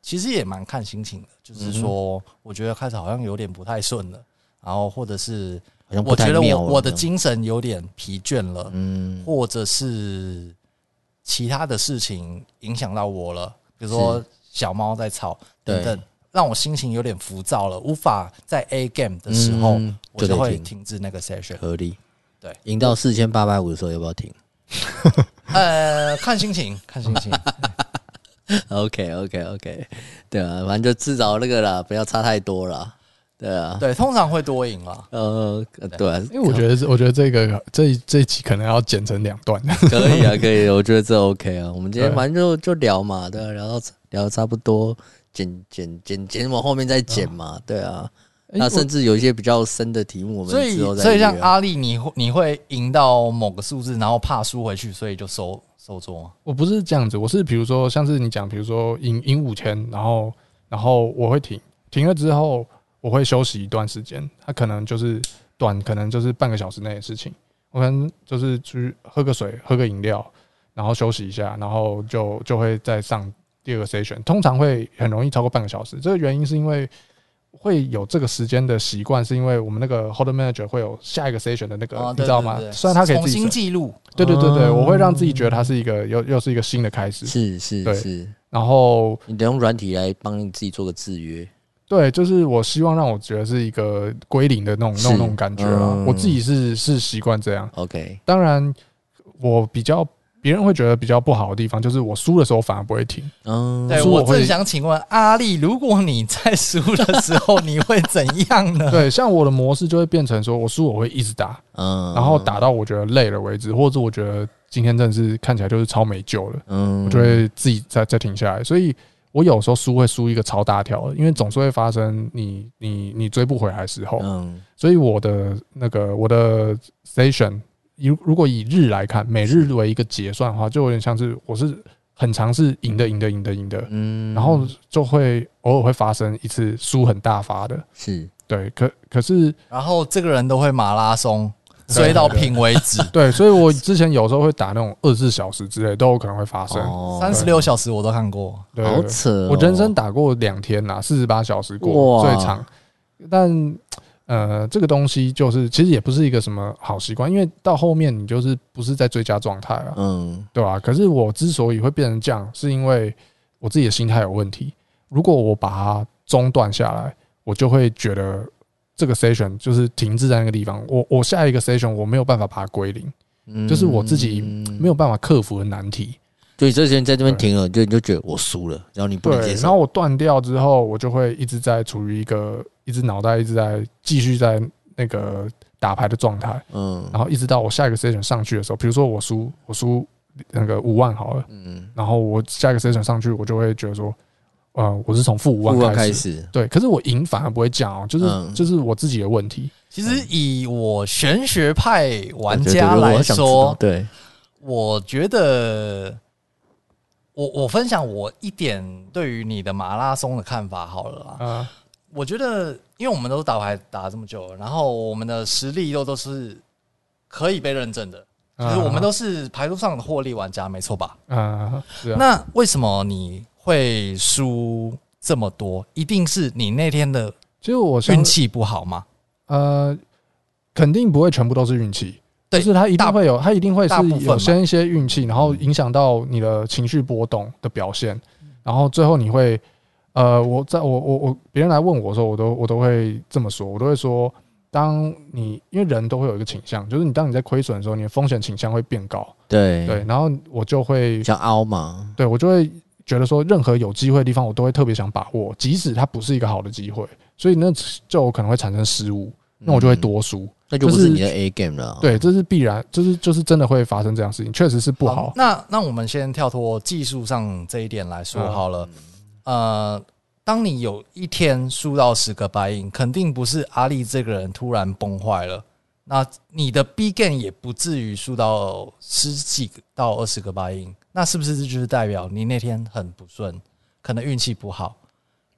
Speaker 3: 其实也蛮看心情的。就是说，我觉得开始好像有点不太顺了，然后或者是
Speaker 2: 好像不
Speaker 3: 我觉
Speaker 2: 太
Speaker 3: 得
Speaker 2: 妙
Speaker 3: 我
Speaker 2: 了
Speaker 3: 我的
Speaker 2: 这样
Speaker 3: 精神有点疲倦了，
Speaker 2: 嗯
Speaker 3: 或者是其他的事情影响到我了，比如说
Speaker 2: 是
Speaker 3: 小猫在吵等
Speaker 2: 对
Speaker 3: 等，让我心情有点浮躁了，无法在 A game 的时候，
Speaker 2: 嗯
Speaker 3: 我就
Speaker 2: 得
Speaker 3: 会
Speaker 2: 停
Speaker 3: 停止那个 session。
Speaker 2: 合理。
Speaker 3: 对，
Speaker 2: 赢到四千八百五的时候要不要 停
Speaker 3: 呃，看心情， 看心情。
Speaker 2: ？OK OK OK，对啊，反正就至少那个啦，不要差太多啦。对啊，
Speaker 3: 对，通常会多赢啦。
Speaker 2: 呃，对啊，
Speaker 1: 因为我觉得，我觉得这个这一这一期可能要剪成两段，哎
Speaker 2: 可以啊，可以，我觉得这 OK 啊。我们今天
Speaker 1: 对
Speaker 2: 反正就就聊嘛，对啊，聊到聊得差不多，剪剪剪剪往后面再剪嘛，对啊。
Speaker 1: 哎
Speaker 2: 那甚至有一些比较深的题目，我
Speaker 3: 所
Speaker 2: 们
Speaker 3: 以
Speaker 2: 之后，再
Speaker 3: 所以像
Speaker 2: 约啊
Speaker 3: 阿丽，你会你会赢到某个数字，然后怕输回去，所以就收收桌吗。
Speaker 1: 我不是这样子，我是比如说像是你讲，比如说赢赢五千，然后然后我会停，停了之后我会休息一段时间，它可能就是短，可能就是半个小时内的事情，我可能就是去喝个水，喝个饮料，然后休息一下，然后就就会再上第二个 session，通常会很容易超过半个小时，这个原因是因为。会有这个时间的习惯，是因为我们那个 hold manager 会有下一个 session 的那个，
Speaker 3: 啊，
Speaker 1: 你
Speaker 3: 对
Speaker 1: 知道
Speaker 3: 对
Speaker 1: 吗？
Speaker 3: 对
Speaker 1: 虽然他可以
Speaker 3: 重
Speaker 1: 自己
Speaker 3: 新
Speaker 1: 选
Speaker 3: 记录，
Speaker 1: 对对对对，
Speaker 2: 哦
Speaker 1: 我会让自己觉得它是一个又又是一个新的开始。
Speaker 2: 是是
Speaker 1: 对
Speaker 2: 是，
Speaker 1: 然后
Speaker 2: 你得用软体来帮你自己做个制约，
Speaker 1: 对，就是我希望让我觉得是一个归零的那种那种
Speaker 2: 是
Speaker 1: 那种感觉啊。
Speaker 2: 嗯
Speaker 1: 我自己是是习惯这样，
Speaker 2: OK，
Speaker 1: 当然我比较别人会觉得比较不好的地方，就是我输的时候反而不会 停。
Speaker 2: 嗯，
Speaker 3: 对
Speaker 1: 所以我
Speaker 3: 我正
Speaker 1: 会
Speaker 3: 想请问阿丽，如果你在输的时候，你会怎样 呢？
Speaker 1: 对，像我的模式就会变成说我输我会一直打，
Speaker 2: 嗯，
Speaker 1: 然后打到我觉得累了为止，或者我觉得今天真的是看起来就是超没救了。
Speaker 2: 嗯，
Speaker 1: 我就会自己再再停下来。所以我有时候输会输一个超大条的，因为总是会发生你你你追不回来的时候。
Speaker 2: 嗯
Speaker 1: 所以我的那个我的 station，如如果以日来看，每日为一个结算的话，就有点像是我是很常是赢的赢的赢的赢的，
Speaker 2: 嗯，
Speaker 1: 然后就会偶尔会发生一次输很大发的。
Speaker 2: 是
Speaker 1: 对，可可是
Speaker 3: 然后这个人都会马拉松，追到拼为止。
Speaker 1: 对，所以我之前有时候会打那种二十四小时之类，都有可能会发生。
Speaker 3: 三十
Speaker 1: 哦
Speaker 3: 六小时我都看过，
Speaker 1: 对，
Speaker 2: 哦好
Speaker 1: 对对
Speaker 2: 扯哦、
Speaker 1: 我人生打过两天呐、四十八小时过
Speaker 2: 哇
Speaker 1: 最长。但呃，这个东西就是其实也不是一个什么好习惯，因为到后面你就是不是在最佳状态啊，
Speaker 2: 嗯
Speaker 1: 对吧、可是我之所以会变成这样，是因为我自己的心态有问题。如果我把它中断下来，我就会觉得这个 session 就是停滞在那个地方，我我下一个 session 我没有办法把它归零，
Speaker 2: 嗯
Speaker 1: 就是我自己没有，办法克服的难题。
Speaker 2: 对，这些人在这边停了，就你就觉得我输了，然后你不能
Speaker 1: 对，
Speaker 2: 接
Speaker 1: 然后
Speaker 2: 受，
Speaker 1: 我断掉之后，我就会一直在处于一个一只脑袋一直在继续在那个打牌的状态，
Speaker 2: 嗯
Speaker 1: 然后一直到我下一个 session 上去的时候，比如说我输我输那个五万好了，
Speaker 2: 嗯，
Speaker 1: 然后我下一个 session 上去，我就会觉得说，呃，我是从负五
Speaker 2: 不
Speaker 1: 万
Speaker 2: 开
Speaker 1: 开始，
Speaker 2: 始，
Speaker 1: 对，可是我赢反而不会降哦，就是、
Speaker 2: 嗯
Speaker 1: 就是我自己的问题，
Speaker 3: 其实以我玄学派玩
Speaker 2: 对对
Speaker 3: 家
Speaker 2: 对
Speaker 1: 哦
Speaker 3: 来
Speaker 2: 我想知道
Speaker 3: 说，
Speaker 2: 对，
Speaker 3: 我觉得我我分享我一点对于你的马拉松的看法好了啦。
Speaker 1: 啊、
Speaker 3: 我觉得，因为我们都打牌打了这么久了，然后我们的实力又都是可以被认证的，
Speaker 1: 呃，
Speaker 3: 就是我们都是牌桌上的获利玩家，没错吧？
Speaker 1: 啊、是啊，
Speaker 3: 那为什么你会输这么多？一定是你那天的
Speaker 1: 其实我相
Speaker 3: 运气不好吗？
Speaker 1: 呃，肯定不会全部都是运气，
Speaker 3: 对
Speaker 1: 就是它一
Speaker 3: 大
Speaker 1: 定会有，它一定会是
Speaker 3: 大部分嘛
Speaker 1: 有先一些运气，然后影响到你的情绪波动的表现，
Speaker 3: 嗯
Speaker 1: 然后最后你会，呃，我在我我我别人来问我的时候，我都我都会这么说，我都会说，当你因为人都会有一个倾向，就是你当你在亏损的时候，你的风险倾向会变高，
Speaker 2: 对
Speaker 3: 嗯
Speaker 1: 对，，然后我就会，
Speaker 2: 想凹嘛，
Speaker 1: 对我就会觉得说，任何有机会的地方，我都会特别想把握，即使它不是一个好的机会，所以那就有可能会产生失误，那我就会
Speaker 2: 嗯，
Speaker 1: 多输。
Speaker 2: 那就不是
Speaker 1: 就是
Speaker 2: 你的 A game 了，，
Speaker 1: 对，这是必然，就是就是真的会发生这样的事情，确实是不好。
Speaker 3: 那那我们先跳脱技术上这一点来说
Speaker 1: 嗯
Speaker 3: 好了。呃，当你有一天输到十个白银，肯定不是阿力这个人突然崩坏了。那你的 B game 也不至于输到十几个到二十个白银，那是不是这就是代表你那天很不顺，可能运气不好？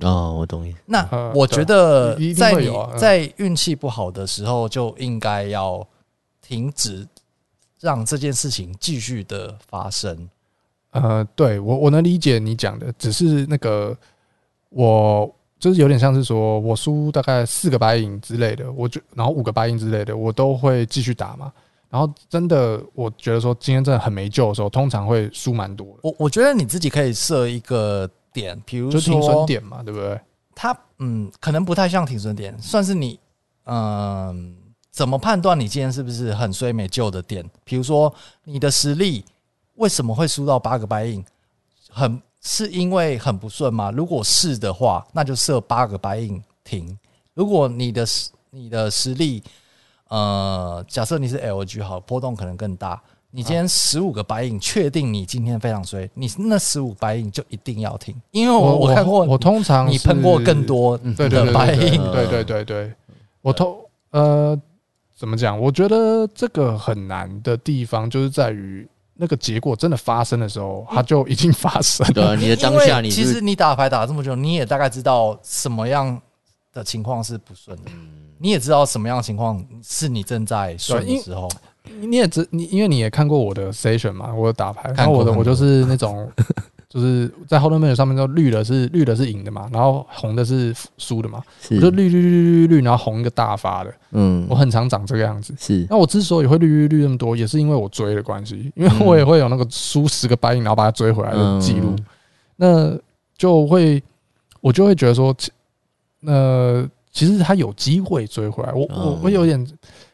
Speaker 2: 哦，我懂你，
Speaker 3: 那
Speaker 1: 嗯
Speaker 3: 我觉
Speaker 1: 对
Speaker 3: 得
Speaker 1: 啊一一定
Speaker 3: 在
Speaker 1: 会
Speaker 3: 你
Speaker 1: 有啊嗯
Speaker 3: 在运气不好的时候，就应该要停止让这件事情继续的发生。
Speaker 1: 呃，对我我能理解你讲的，只是那个我就是有点像是说我输大概四个白银之类的，我就然后五个白银之类的，我都会继续打嘛。然后真的，我觉得说今天真的很没救的时候，通常会输蛮多的，
Speaker 3: 我我觉得你自己可以设一个点，比如
Speaker 1: 就
Speaker 3: 说
Speaker 1: 停损点嘛，对不对？
Speaker 3: 它嗯，可能不太像停损点，算是你嗯，怎么判断你今天是不是很衰没救的点？比如说你的实力为什么会输到八个白印，很是因为很不顺吗？如果是的话，那就设八个白印停。如果你的实你的实力，呃，假设你是 LG 好，波动可能更大。你今天十五个白影，确定你今天非常衰，你那十五白影就一定要停，因为哦我
Speaker 1: 我
Speaker 3: 看过
Speaker 1: 我通常
Speaker 3: 你喷过
Speaker 1: 是
Speaker 3: 更多嗯
Speaker 1: 对对
Speaker 3: 的
Speaker 1: 对
Speaker 3: 白
Speaker 1: 对
Speaker 3: 银，
Speaker 1: 对对对对，我偷呃怎么讲？我觉得这个很难的地方就是在于那个结果真的发生的时候，它就已经发生
Speaker 2: 对
Speaker 1: 了。
Speaker 2: 啊，你的当
Speaker 3: 因为
Speaker 2: 下你
Speaker 3: 其
Speaker 2: 是
Speaker 3: 实你打牌打这么久，你也大概知道什么样的情况是不顺的，
Speaker 2: 嗯
Speaker 3: 你也知道什么样的情况是你正在顺
Speaker 1: 对因
Speaker 3: 的时候。
Speaker 1: 你也只你因为你也看过我的 session 嘛，我的打牌，然
Speaker 3: 看
Speaker 1: 后
Speaker 3: 过
Speaker 1: 我的
Speaker 3: 看过
Speaker 1: 我就是那种就是在 h o l d m a n 上面都绿的是绿的是赢的嘛，然后红的是输的嘛，我
Speaker 2: 是
Speaker 1: 就绿绿绿绿绿绿，然后红一个大发的，
Speaker 2: 嗯
Speaker 1: 我很常长这个样子。
Speaker 2: 是
Speaker 1: 那我之所以会绿绿绿那么多，也是因为我追的关系，因为我也会有那个输十个白银，然后把它追回来的记录，
Speaker 2: 嗯
Speaker 1: 那就会我就会觉得说，其呃，其实他有机会追回来，我我
Speaker 2: 嗯
Speaker 1: 我有点，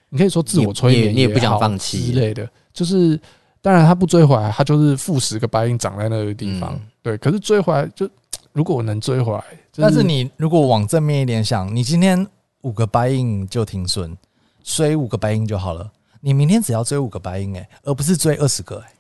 Speaker 1: 你可以说自我催眠
Speaker 2: 你也你也不想
Speaker 1: 好
Speaker 2: 放弃
Speaker 1: 之类的，就是当然他不追回来，他就是负十个白银长在那个地方，
Speaker 2: 嗯
Speaker 1: 对，可是追回来就如果我能追回来，就
Speaker 3: 但是你如果往正面一点想，你今天五个白印就停损，追五个白印就好了。你明天只要追五个白印，哎，而不是追二十个、哎。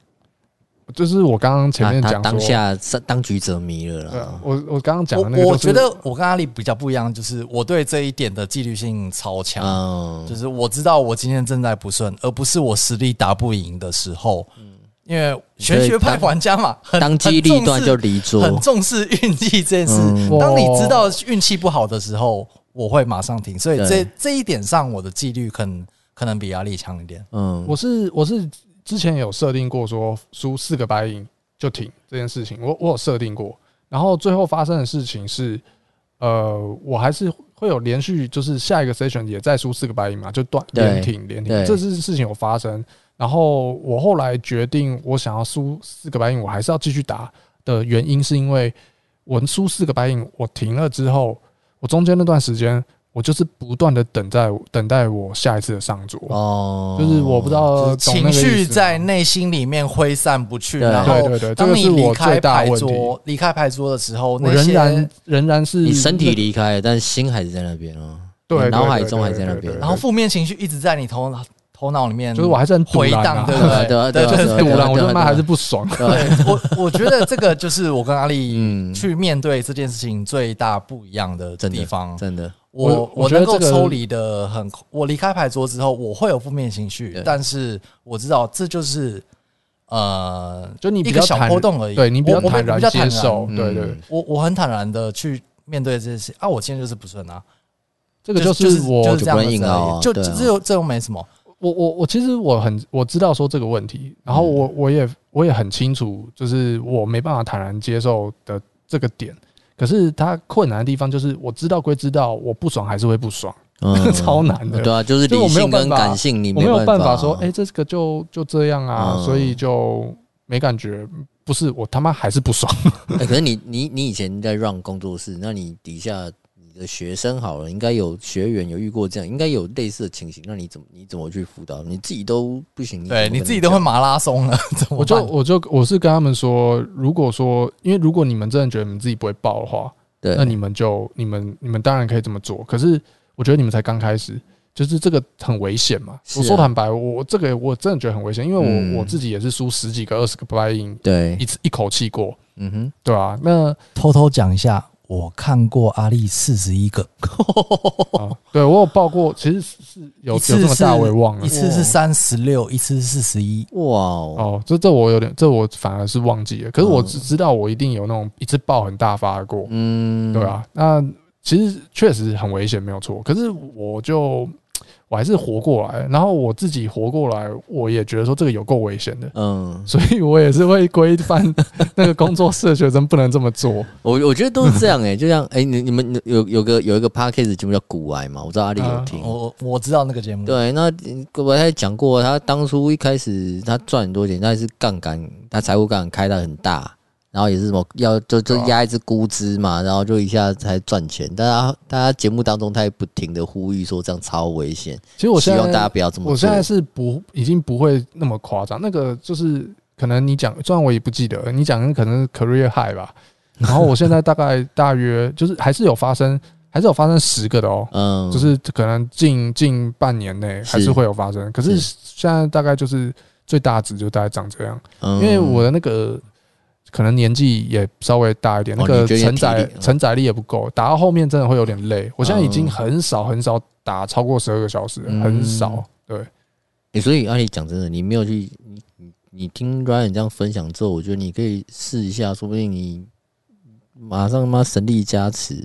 Speaker 1: 就是我刚刚前面
Speaker 2: 啊他他
Speaker 1: 讲说。
Speaker 2: 当下当局者迷了
Speaker 1: 对啊
Speaker 2: 啦，
Speaker 1: 我我刚刚讲的那个
Speaker 3: 我我
Speaker 1: 就是
Speaker 3: 觉得我跟阿力比较不一样，就是我对这一点的纪律性超
Speaker 1: 啊
Speaker 3: 强。
Speaker 2: 嗯
Speaker 3: 就是我知道我今天正在不顺，而不是我实力打不赢的时候。
Speaker 1: 嗯
Speaker 3: 因为玄学派玩家嘛，很
Speaker 2: 当机立断就离桌，
Speaker 3: 很重视很重视运气这件事。
Speaker 2: 嗯
Speaker 3: 当你知道运气不好的时候，我会马上停。所以这
Speaker 2: 对
Speaker 3: 这一点上，我的纪律可能可能比压力强一点。
Speaker 2: 嗯，
Speaker 1: 我是我是之前有设定过说输四个白银就停这件事情，我我有设定过。然后最后发生的事情是，呃，我还是会有连续，就是下一个 session 也再输四个白银嘛，就断
Speaker 2: 对
Speaker 1: 连停连停
Speaker 2: 对，
Speaker 1: 这是事情有发生。然后我后来决定，我想要输四个白银，我还是要继续打的原因，是因为我输四个白银，我停了之后，我中间那段时间，我就是不断的等待等待我下一次的上桌。
Speaker 2: 哦，
Speaker 1: 就是我不知道呃懂那
Speaker 3: 情
Speaker 1: 个意思
Speaker 3: 绪
Speaker 1: 吗
Speaker 3: 在内心里面挥散不去，
Speaker 2: 对
Speaker 3: 然
Speaker 1: 对
Speaker 3: 后
Speaker 1: 对对，这
Speaker 3: 当
Speaker 1: 个
Speaker 3: 你
Speaker 1: 是
Speaker 3: 离
Speaker 1: 我
Speaker 3: 开
Speaker 1: 最大的
Speaker 3: 牌
Speaker 1: 问题。
Speaker 3: 桌，离开牌桌的时候，
Speaker 1: 我
Speaker 3: 那
Speaker 1: 仍
Speaker 3: 些
Speaker 1: 然仍然是
Speaker 2: 你身体
Speaker 1: 那
Speaker 2: 离开了，但是心还是在那边哦。
Speaker 1: 对
Speaker 2: 你
Speaker 1: 对
Speaker 2: 脑海
Speaker 1: 对
Speaker 2: 中还
Speaker 1: 对
Speaker 2: 在那
Speaker 1: 对
Speaker 2: 边
Speaker 1: 对
Speaker 3: 然后负面情绪一直在你头脑头脑里面，
Speaker 1: 就是我还是很堵
Speaker 3: 回
Speaker 1: 然
Speaker 3: 荡，
Speaker 1: 啊
Speaker 3: 对
Speaker 2: 啊
Speaker 3: 不 对？
Speaker 2: 对啊对啊
Speaker 3: 就是
Speaker 2: 对啊
Speaker 1: 堵
Speaker 2: 对啊
Speaker 1: 然，我他妈还是不爽。啊
Speaker 3: 对我我觉得这个就是我跟阿丽
Speaker 2: 嗯，
Speaker 3: 去面对这件事情最大不一样的
Speaker 2: 真的
Speaker 3: 地方。
Speaker 2: 真的，
Speaker 1: 我
Speaker 3: 我
Speaker 1: 我觉得
Speaker 3: 能够
Speaker 1: 这个
Speaker 3: 抽离的很，我离开牌桌之后，我会有负面情绪
Speaker 2: 对，
Speaker 3: 但是我知道这就是呃，
Speaker 1: 就你比
Speaker 3: 一
Speaker 1: 较
Speaker 3: 个小
Speaker 1: 坦
Speaker 3: 波，动而已。
Speaker 1: 对你比较
Speaker 3: 我我
Speaker 1: 坦然
Speaker 3: 比较
Speaker 1: 接
Speaker 3: 坦然
Speaker 1: 受，
Speaker 2: 嗯
Speaker 1: 对对， 对
Speaker 3: 我我很坦然的去面对这些事啊，我今天就是不顺啊，
Speaker 1: 这个
Speaker 3: 就
Speaker 1: 就是
Speaker 3: 是
Speaker 1: 我
Speaker 3: 就是这样
Speaker 2: 就不能硬
Speaker 3: 子
Speaker 2: 熬啊
Speaker 3: 而已，就
Speaker 2: 对啊
Speaker 3: 就只有这种没什么，
Speaker 1: 我我我其实我很我知道说这个问题，然
Speaker 3: 嗯
Speaker 1: 后我我也我也很清楚，就是我没办法坦然接受的这个点。可是它困难的地方就是，我知道归知道，我不爽还是会不爽，
Speaker 2: 嗯
Speaker 1: 超难的。
Speaker 2: 对啊，就是
Speaker 1: 就我
Speaker 2: 理
Speaker 1: 没有
Speaker 2: 性
Speaker 1: 办
Speaker 2: 跟
Speaker 1: 法
Speaker 2: 感性，你
Speaker 1: 我没有
Speaker 2: 办啊
Speaker 1: 办法说，哎、这个就就这样啊，
Speaker 2: 嗯
Speaker 1: 所以就没感觉。不是我他妈还是不爽，
Speaker 2: 哎、可是你你你以前在让工作室，那你底下你的学生好了，应该有学员有遇过这样，应该有类似的情形，那你怎么你怎么去辅导？你自己都不行，你
Speaker 3: 对
Speaker 2: 怎么
Speaker 3: 你
Speaker 2: 跟
Speaker 3: 自己都会
Speaker 2: 讲
Speaker 3: 马拉松 了，怎么
Speaker 1: 我就
Speaker 3: 办？
Speaker 1: 我就我是跟他们说，如果说，因为如果你们真的觉得你们自己不会爆的话，
Speaker 2: 对，
Speaker 1: 那你们就你们你们当然可以这么做，可是我觉得你们才刚开始，就是这个很危险嘛。
Speaker 2: 是啊
Speaker 1: 我说坦白，我我这个我真的觉得很危险，因为我、
Speaker 2: 嗯
Speaker 1: 我自己也是输十几个、二十个 buy in
Speaker 2: 对
Speaker 1: 一，次一口气过，
Speaker 2: 嗯哼，
Speaker 1: 对啊，那、
Speaker 3: 偷偷讲一下，我看过阿丽四十一个，
Speaker 1: 啊对我有报过，其实是是有有
Speaker 3: 一次
Speaker 1: 这么大
Speaker 3: 是
Speaker 1: 我也
Speaker 2: 嗯
Speaker 1: 忘了
Speaker 3: 一。次是三十
Speaker 2: 哦
Speaker 3: 六，一次是四十一，
Speaker 2: 哇哦，
Speaker 1: 哦，这这我有点，这我反而是忘记了。可是我
Speaker 2: 嗯
Speaker 1: 只知道我一定有那种一次爆很大发的过，
Speaker 2: 嗯，
Speaker 1: 对，啊，那其实确实很危险，没有错。可是我就我还是活过来，然后我自己活过来，我也觉得说这个有够危险的，
Speaker 2: 嗯，
Speaker 1: 所以我也是会规范那个工作室的学生不能这么做。
Speaker 2: 我我觉得都是 这样哎、就像哎、你你们有有个有一个 podcast 节目叫古癌嘛，我知道阿里有
Speaker 1: 啊
Speaker 2: 听，
Speaker 3: 我我知道那个节目，
Speaker 2: 对，那嗯我还讲过，他当初一开始他赚很多钱，但是杠杆，他财务杠杆开到很大，然后也是什么要就就
Speaker 1: 对啊
Speaker 2: 压一只估值嘛，然后就一下才赚钱。但他他节目当中他也不停的呼吁说这样超危险，
Speaker 1: 其实我
Speaker 2: 希
Speaker 1: 现
Speaker 2: 望大家
Speaker 1: 在
Speaker 2: 不要这么
Speaker 1: 我现
Speaker 2: 做。
Speaker 1: 在是不已经不会那么夸张，那个就是可能你讲，虽然我也不记得你讲的可能是 career high 吧，然后我现在大概大约就是还是有发生，还是有发生十个的哦。
Speaker 2: 嗯，
Speaker 1: 就是可能近近半年内还
Speaker 2: 是
Speaker 1: 是会有发生。可是现在大概就是最大值就大概长这样，
Speaker 2: 嗯
Speaker 1: 因为我的那个可能年纪也稍微大一点，
Speaker 2: 哦
Speaker 1: 那个
Speaker 2: 你觉得
Speaker 1: 承载
Speaker 2: 体力
Speaker 1: 承载力也不够，打到后面真的会有点累。我现在已经
Speaker 2: 嗯
Speaker 1: 很少很少打超过十二个小时了，
Speaker 2: 嗯
Speaker 1: 很少。对，
Speaker 2: 欸所以阿里讲真的，你没有去你你你听 Ryan 这样分享之后，我觉得你可以试一下，说不定你马上妈神力加持。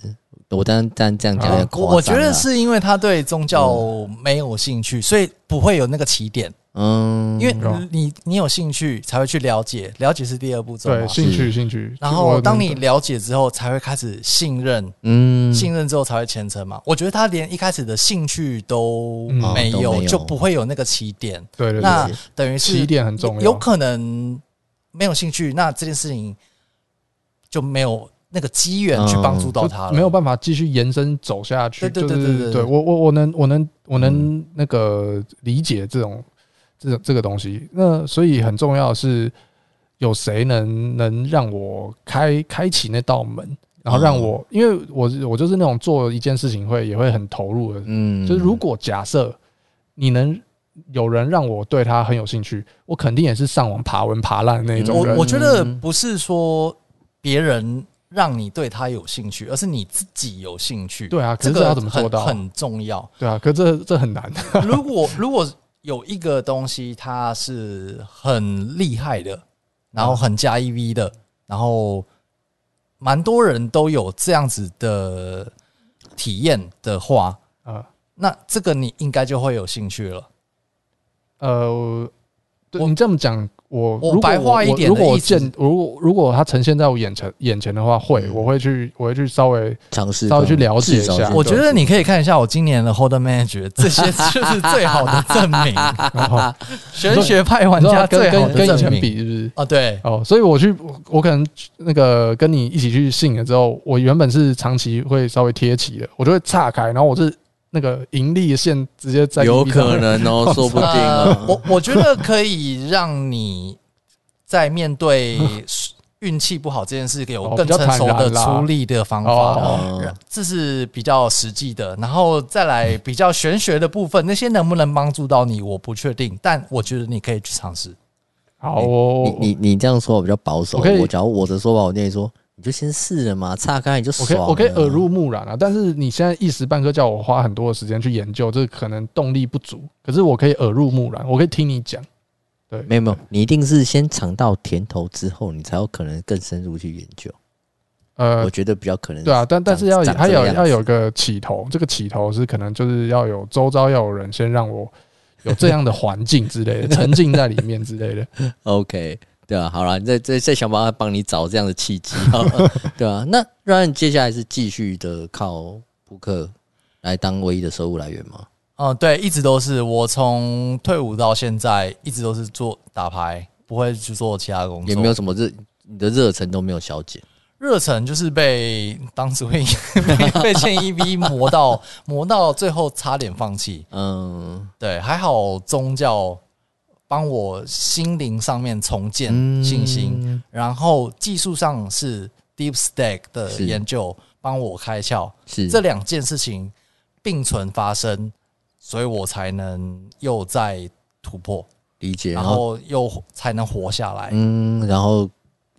Speaker 2: 我当然当然这样讲
Speaker 1: 啊
Speaker 2: 有点夸张啊嗯
Speaker 3: 我我觉
Speaker 2: 啦
Speaker 3: 得是因为他对宗教没有兴趣，所以不会有那个起点。
Speaker 2: 嗯，
Speaker 3: 因为
Speaker 1: 嗯
Speaker 3: 你你有兴趣才会去了解，了解是第二步骤嘛
Speaker 1: 对，。兴趣兴趣。
Speaker 3: 然
Speaker 1: 我
Speaker 3: 后
Speaker 1: 能
Speaker 3: 当你了解之后，才会开始信任，
Speaker 2: 嗯
Speaker 3: 信任之后才会虔诚嘛。我觉得他连一开始的兴趣都
Speaker 1: 嗯
Speaker 3: 没
Speaker 2: 哦都没
Speaker 3: 有，
Speaker 2: 有
Speaker 3: 就不会有那个起点，
Speaker 1: 对对
Speaker 3: 那
Speaker 1: 对，
Speaker 3: 等于
Speaker 1: 起
Speaker 3: 是
Speaker 1: 点很重要。
Speaker 3: 有可能没有兴趣，那这件事情就没有那个机缘去帮助到
Speaker 1: 就
Speaker 3: 他了。
Speaker 1: 嗯没有办法继续延伸走下去。
Speaker 3: 对对
Speaker 1: 就是
Speaker 3: 对对对
Speaker 1: 对我我我能我能我能那个理解这种这种这个东西。那所以很重要的是，有谁能能让我开开启那道门，然后让我，因为我是我就是那种做一件事情会也会很投入的，
Speaker 2: 嗯
Speaker 1: 就是如果假设你能。有人让我对他很有兴趣，我肯定也是上网爬文爬烂的那种
Speaker 3: 嗯我
Speaker 1: 人。
Speaker 3: 我觉得不是说别人让你对他有兴趣，而是你自己有兴趣。
Speaker 1: 对啊，可
Speaker 3: 这
Speaker 1: 是
Speaker 3: 个
Speaker 1: 这要怎么做到？
Speaker 3: 很很重要。
Speaker 1: 对啊，可是这这很难。
Speaker 3: 如果如果有一个东西它是很厉害的，然后很加 EV 的，然后蛮多人都有这样子的体验的话，
Speaker 1: 啊，
Speaker 3: 那这个你应该就会有兴趣了。
Speaker 1: 呃，对
Speaker 3: 我
Speaker 1: 你这么讲，我
Speaker 3: 我
Speaker 1: 如果
Speaker 3: 白话一
Speaker 1: 我
Speaker 3: 点
Speaker 1: 如
Speaker 3: 的
Speaker 1: 果我
Speaker 3: 意思是
Speaker 1: 见如果如果它呈现在我眼前眼前的话，会
Speaker 2: 嗯
Speaker 1: 我会去我会去稍微
Speaker 2: 尝试
Speaker 1: 稍微去了解一下
Speaker 3: 我
Speaker 1: 对
Speaker 3: 觉得你可以看一下我今年的 Hold Manager，这些就是最好的证 明，
Speaker 1: 然 后
Speaker 3: 玄学派玩
Speaker 1: 你知道
Speaker 3: 家
Speaker 1: 跟
Speaker 3: 最好
Speaker 1: 跟
Speaker 3: 的
Speaker 1: 跟以
Speaker 3: 证
Speaker 1: 前
Speaker 3: 明
Speaker 1: 比是不是？
Speaker 3: 啊，对，
Speaker 1: 哦，所以我去，我可能那个跟你一起去信了之后，我原本是长期会稍微贴起的，我就会岔开，然后我是那个盈利线直接在
Speaker 2: 有
Speaker 1: EB 上
Speaker 2: 可
Speaker 1: 面
Speaker 2: 能哦， 说不定
Speaker 3: 呃，
Speaker 2: 哦
Speaker 3: 我。我觉得可以让你在面对运气不好这件事，有
Speaker 1: 哦
Speaker 3: 更
Speaker 1: 比较
Speaker 3: 成
Speaker 1: 坦
Speaker 3: 熟的
Speaker 1: 然啦
Speaker 3: 处理的方
Speaker 1: 哦
Speaker 3: 法。
Speaker 2: 哦
Speaker 3: 这是比较实际的，然后再来比较玄学的部分，那些能不能帮助到你，我不确定，但我觉得你可以去尝试。
Speaker 1: 好，我
Speaker 2: 你你你这样说我比较保守，
Speaker 1: 我可以
Speaker 2: 我假如我的说法，我念说你就先试了嘛，岔开你就
Speaker 1: 我
Speaker 2: 爽
Speaker 1: 可以
Speaker 2: 了。
Speaker 1: 我可以耳濡目染啊，但是你现在一时半刻叫我花很多的时间去研究，这可能动力不足。可是我可以耳濡目染，我可以听你讲。对，
Speaker 2: 没有没有，你一定是先尝到甜头之后，你才有可能更深入去研究。
Speaker 1: 呃
Speaker 2: 我，觉得比较可能。
Speaker 1: 对啊，，但但是要
Speaker 2: 长
Speaker 1: 它
Speaker 2: 这个
Speaker 1: 要
Speaker 2: 样
Speaker 1: 要
Speaker 2: 子
Speaker 1: 有个起头，这个起头是可能就是要有周遭要有人先让我有这样的环境之 类的，沉浸在里面之类的。
Speaker 2: OK，对啊，好了，再再再想办法帮你找这样的契机，好了对啊。那 Ryan 接下来是继续的靠扑克来当唯一的收入来源吗？
Speaker 3: 嗯，对，一直都是我从退伍到现在，一直都是做打牌，不会去做其他工作，
Speaker 2: 也没有什么热，你的热忱都没有消减。
Speaker 3: 热忱就是被当时会 被被欠一 v 磨到磨到最后差点放弃。
Speaker 2: 嗯，
Speaker 3: 对，还好宗教帮我心灵上面重建
Speaker 2: 嗯
Speaker 3: 信心，然后技术上是 Deep Stack 的
Speaker 2: 是
Speaker 3: 研究帮我开窍，
Speaker 2: 是
Speaker 3: 这两件事情并存发生，所以我才能又再突破，
Speaker 2: 理解。
Speaker 3: 然
Speaker 2: 然后
Speaker 3: 后又才能活下来。
Speaker 2: 嗯，然后。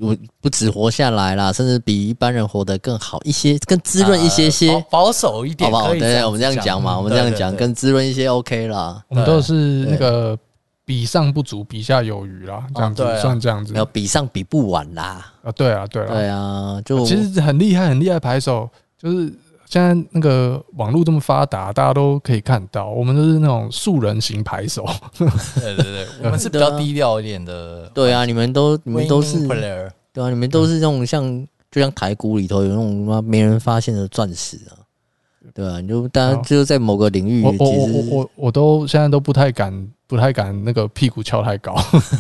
Speaker 2: 我不止活下来啦，甚至比一般人活得更好一些，更滋润一些些，
Speaker 3: 呃保保守一
Speaker 2: 好
Speaker 3: 点，
Speaker 2: 不好？
Speaker 3: 可以
Speaker 2: 对对，我们这样讲嘛，我们这样讲，
Speaker 3: 对对对
Speaker 2: 更滋润一些，OK 啦。
Speaker 1: 我们
Speaker 3: 对
Speaker 1: 都是那个比上不足，比下有余啦，这样子、
Speaker 3: 哦对啊
Speaker 1: 算这样子
Speaker 2: 没有比上比不完啦，
Speaker 1: 啊，对啊，对啊，
Speaker 2: 对啊，就
Speaker 1: 其实很厉害，很厉害，牌手就是现在那个网络这么发达，大家都可以看到，我们都是那种素人型牌手，
Speaker 3: 对对对，我们是比较低调一点的。
Speaker 2: 对啊，你们都你们都是
Speaker 3: winning player
Speaker 2: 对啊，你们都是那种像就像台股里头有那种妈没人发现的钻石啊，对啊，你就大家
Speaker 1: 好
Speaker 2: 就在某个领域
Speaker 1: 我我
Speaker 2: 嗯其
Speaker 1: 我我
Speaker 2: 实
Speaker 1: 我我都现在都不太敢，不太敢那个屁股翘太高。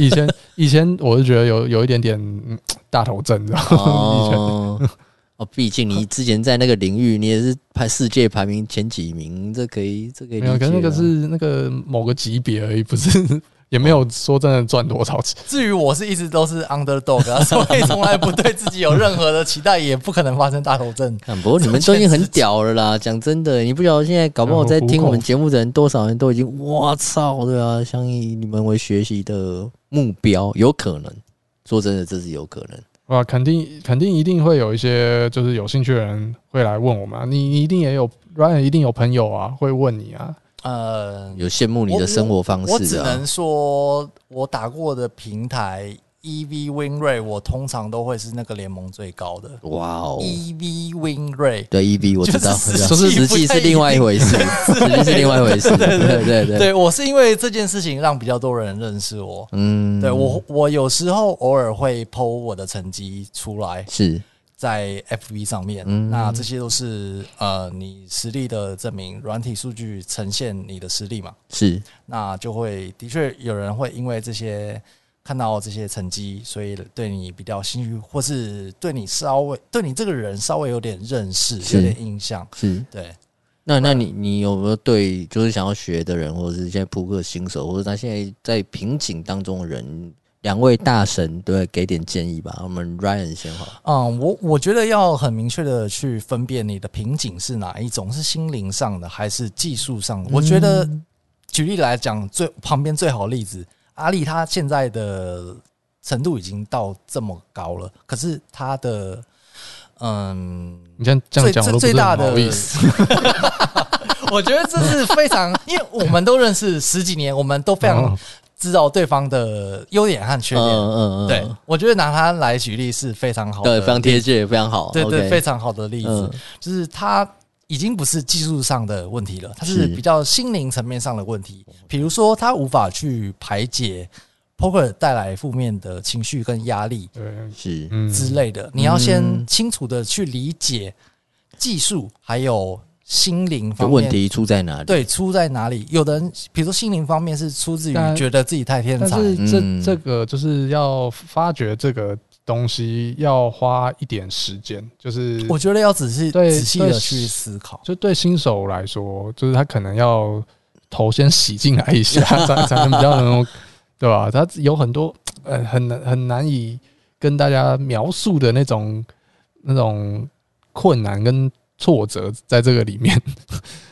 Speaker 1: 以前以前我就觉得有有一点点嗯大头症，你知道吗？以前
Speaker 2: 哦哦，毕竟你之前在那个领域你也是排世界排名前几名，这可以这可以
Speaker 1: 没
Speaker 2: 理
Speaker 1: 有，可
Speaker 2: 解啊。
Speaker 1: 是那个是那个某个级别而已，不是 也没有说真的赚多少钱。
Speaker 3: 至于我是一直都是 underdog，、啊、 所以从来不对自己有任何的期待，也不可能发生大头症。
Speaker 2: 看，不过你们都已经很屌了 啦！讲真的，你不晓得现在搞不好在听我们节目的人，多少人都已经哇操，对啊，想以你们为学习的目标，有可能。说真的，这是有可能。
Speaker 1: 哇，肯定肯定一定会有一些就是有兴趣的人会来问我们、啊，你你一定也有 Ryan 一定有朋友啊会问你啊，
Speaker 3: 呃，
Speaker 2: 有羡慕你的生活方
Speaker 3: 我
Speaker 2: 式
Speaker 3: 只
Speaker 2: 啊
Speaker 3: 能，说，我打过的平台 EV win rate，我通常都会是那个联盟最高的、
Speaker 2: 哇哦！
Speaker 3: EV win rate。
Speaker 2: 对 EB 我知道，
Speaker 3: 就是
Speaker 2: 就
Speaker 3: 实
Speaker 2: 是 实际
Speaker 3: 际
Speaker 2: 是另外一回事，实 际是另外一回事，对对对，
Speaker 3: 对我是因为这件事情让比较多人认识我。
Speaker 2: 嗯，
Speaker 3: 对我，我有时候偶尔会 PO 我的成绩出来，
Speaker 2: 是
Speaker 3: 在 FV 上面，
Speaker 2: 嗯
Speaker 3: 那这些都是呃你实力的证明，软体数据呈现你的实力嘛，
Speaker 2: 是
Speaker 3: 那就会的确有人会因为这些看到这些成绩，所以对你比较兴趣，或是对你稍微对你这个人稍微有点认识，
Speaker 2: 是
Speaker 3: 有点印象，
Speaker 2: 是。
Speaker 3: 对。
Speaker 2: 那那你你有没有对就是想要学的人，或者是现在扑克新手，或者他现在在瓶颈当中的人，两位大神对给点建议吧？我们 Ryan 先好，
Speaker 3: 嗯，我我觉得要很明确的去分辨你的瓶颈是哪一种，是心灵上的还是技术上的。我觉得
Speaker 1: 嗯
Speaker 3: 举例来讲，最旁边最好的例子，阿丽她现在的程度已经到这么高了，可是她的嗯，
Speaker 1: 你这样这样
Speaker 3: 最
Speaker 1: 讲我
Speaker 3: 最
Speaker 1: 都不
Speaker 3: 最
Speaker 1: 是
Speaker 3: 大
Speaker 1: 很
Speaker 3: 的
Speaker 1: 好意思，
Speaker 3: 我觉得这是非常，因为我们都认识十几年，我们都非常
Speaker 1: 哦
Speaker 3: 知道对方的优点和缺
Speaker 2: 嗯
Speaker 3: 点。
Speaker 2: 嗯嗯，
Speaker 3: 对，我觉得拿它来举例是非常好的，
Speaker 2: 对，非常贴切，非常好，
Speaker 3: 对对，
Speaker 2: OK
Speaker 3: 非常好的例子
Speaker 2: 嗯，
Speaker 3: 就是他已经不是技术上的问题了，它是
Speaker 2: 是
Speaker 3: 比较心灵层面上的问题。比如说，他无法去排解 poker 带来负面的情绪跟压力
Speaker 1: 对，
Speaker 2: 是
Speaker 1: 嗯，
Speaker 3: 之类的，你要先
Speaker 2: 嗯
Speaker 3: 清楚的去理解技术还有心灵
Speaker 2: 就
Speaker 3: 方面
Speaker 2: 问题出在哪里？
Speaker 3: 对出在哪里。有的人，比如说心灵方面是出自于
Speaker 1: 但
Speaker 3: 觉得自己太天
Speaker 1: 但
Speaker 3: 才，
Speaker 1: 是这
Speaker 2: 嗯
Speaker 1: 这个就是要发掘这个东西，要花一点时间，就是
Speaker 3: 我觉得要仔细
Speaker 1: 对
Speaker 3: 仔细的
Speaker 1: 对
Speaker 3: 去思考。
Speaker 1: 就对新手来说，就是他可能要头先洗进来一下，才才能比较能够，对吧？他有很多呃很难很难以跟大家描述的那种那种困难跟挫折在这个里面，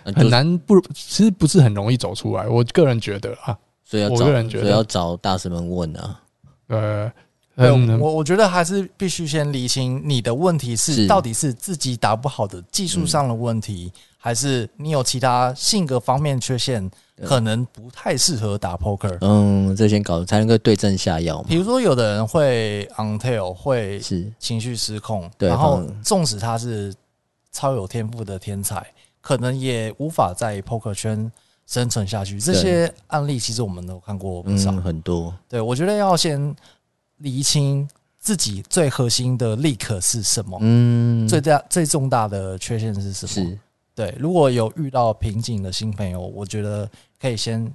Speaker 2: 那就
Speaker 1: 很难不其实不是很容易走出来。我个人觉得啊，
Speaker 2: 所以要
Speaker 1: 我
Speaker 2: 找，
Speaker 1: 个人觉
Speaker 2: 所
Speaker 1: 得
Speaker 2: 以要找大神们问啊。
Speaker 1: 呃，
Speaker 3: 对，
Speaker 2: 嗯
Speaker 1: 很
Speaker 3: 我我觉得还是必须先理清你的问题是
Speaker 2: 是嗯
Speaker 3: 到底是自己打不好的技术上的问题，还是你有其他性格方面缺陷，
Speaker 2: 对
Speaker 3: 可能不太适合打 poker。
Speaker 2: 嗯，这先搞才能够对症下药嘛。
Speaker 3: 比如说，有的人会 until 会
Speaker 2: 是，
Speaker 3: 情绪失控，
Speaker 2: 对
Speaker 3: 然后
Speaker 2: 反
Speaker 3: 纵使他是超有天赋的天才，可能也无法在 poker 圈生存下去。这
Speaker 2: 对
Speaker 3: 些案例其实我们都看过不少。
Speaker 2: 嗯，很多
Speaker 3: 对，我觉得要先厘清自己最核心的利可是什么，
Speaker 2: 嗯，
Speaker 3: 哦最大最重大的缺陷是什么？
Speaker 2: 是
Speaker 3: 对，如果有遇到瓶颈的新朋友，我觉得可以先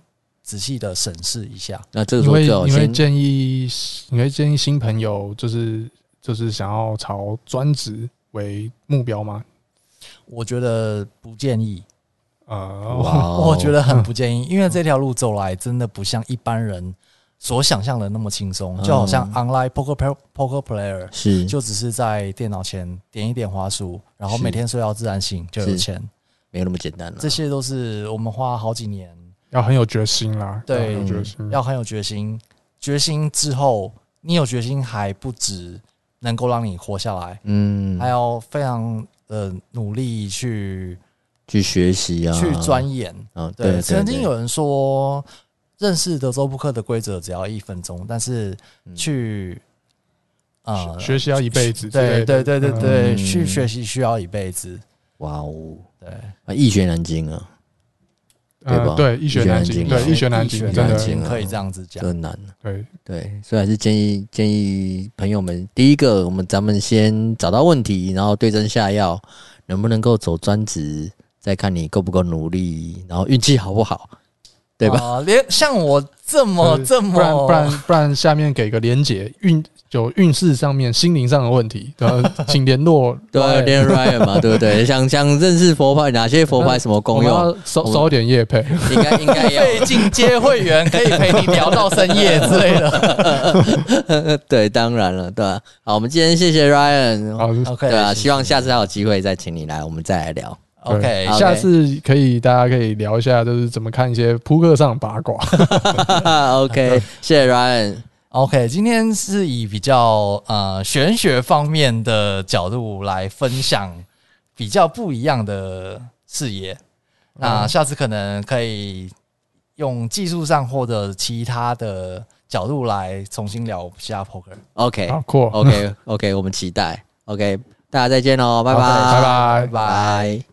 Speaker 3: 仔细的审视一下。
Speaker 2: 那这个
Speaker 1: 你
Speaker 2: 时候
Speaker 1: 会
Speaker 2: 最好
Speaker 1: 你会
Speaker 2: 先
Speaker 1: 建议你会建议新朋友就是就是想要朝专职为目标吗？
Speaker 3: 我觉得不建议，
Speaker 1: 呃，
Speaker 2: 哇哦，
Speaker 3: 我觉得很不建议，因为这条路走来真的不像一般人所想象的那么轻松，
Speaker 2: 嗯
Speaker 3: 就好像 online poker pl- poker player。
Speaker 2: 是
Speaker 3: 就只是在电脑前点一点滑鼠，然后
Speaker 2: 是
Speaker 3: 每天睡到自然醒就有
Speaker 2: 是
Speaker 3: 钱。
Speaker 2: 没有那么简单了。
Speaker 3: 这些都是我们花好几年，
Speaker 1: 要很有决心啦，要很
Speaker 3: 对
Speaker 1: 有决心，
Speaker 3: 要很有决心。决心之后，你有决心还不止能够让你活下来，
Speaker 2: 嗯，
Speaker 3: 还要非常呃努力去
Speaker 2: 去学习啊，
Speaker 3: 去钻研。
Speaker 2: 啊，
Speaker 3: 对，
Speaker 2: 对，
Speaker 3: 曾经
Speaker 2: 对
Speaker 3: 有人说，认识德州扑克的规则只要一分钟，但是
Speaker 2: 嗯
Speaker 3: 去呃
Speaker 1: 学习要一辈子之
Speaker 3: 对
Speaker 1: 类的，
Speaker 3: 对对对
Speaker 1: 嗯
Speaker 3: 对，
Speaker 2: 嗯
Speaker 3: 去学习需要一辈子。
Speaker 2: 哇哦，
Speaker 3: 对，
Speaker 2: 啊，一学难精啊，
Speaker 1: 呃
Speaker 2: 对吧
Speaker 1: 对，一学难精，
Speaker 2: 一学难精啊
Speaker 1: 对，一学难
Speaker 3: 一
Speaker 1: 精，
Speaker 3: 学
Speaker 1: 真
Speaker 3: 难
Speaker 1: 的，
Speaker 3: 精可以这样子讲
Speaker 2: 这。很难啊。
Speaker 1: 对，
Speaker 2: 对，所以还是建议建议朋友们，第一个，我们咱们先找到问题，然后对症下药，能不能够走专职，再看你够不够努力，然后运气好不好，对吧？
Speaker 3: 啊连像我这么
Speaker 1: 就是
Speaker 3: 这么，
Speaker 1: 呃不然不然不然，下面给个连结，运有运势上面、心灵上的问题，然后请联络 Ryan。
Speaker 2: 对啊，练 Ryan 嘛，对不 对？想想认识佛牌，哪些佛牌什么
Speaker 1: 我
Speaker 2: 功
Speaker 1: 们
Speaker 2: 用，嗯
Speaker 1: 要收收点业配，
Speaker 2: 应该应该要
Speaker 3: 费进阶会员可以陪你聊到深夜之 类的。
Speaker 2: 对，当然了，对吧、好，我们今天谢谢 Ryan，、
Speaker 1: 好，
Speaker 3: OK，
Speaker 2: 对啊，
Speaker 3: 谢谢
Speaker 2: 希望下次还有机会再请你来，我们再来聊。
Speaker 3: OK
Speaker 2: 好
Speaker 1: 下次可以大家可以聊一下，就是怎么看一些扑克上的八卦。
Speaker 2: OK，谢谢 Ryan，
Speaker 3: OK，今天是以比较呃玄学方面的角度来分享比较不一样的视野。
Speaker 1: 嗯
Speaker 3: 那下次可能可以用技术上或者其他的角度来重新聊一下 poker。
Speaker 2: OK，
Speaker 1: 好，cool，
Speaker 2: OK 哦 OK，我们期待。OK，大家再见喽，拜拜，
Speaker 1: 拜拜
Speaker 2: 拜。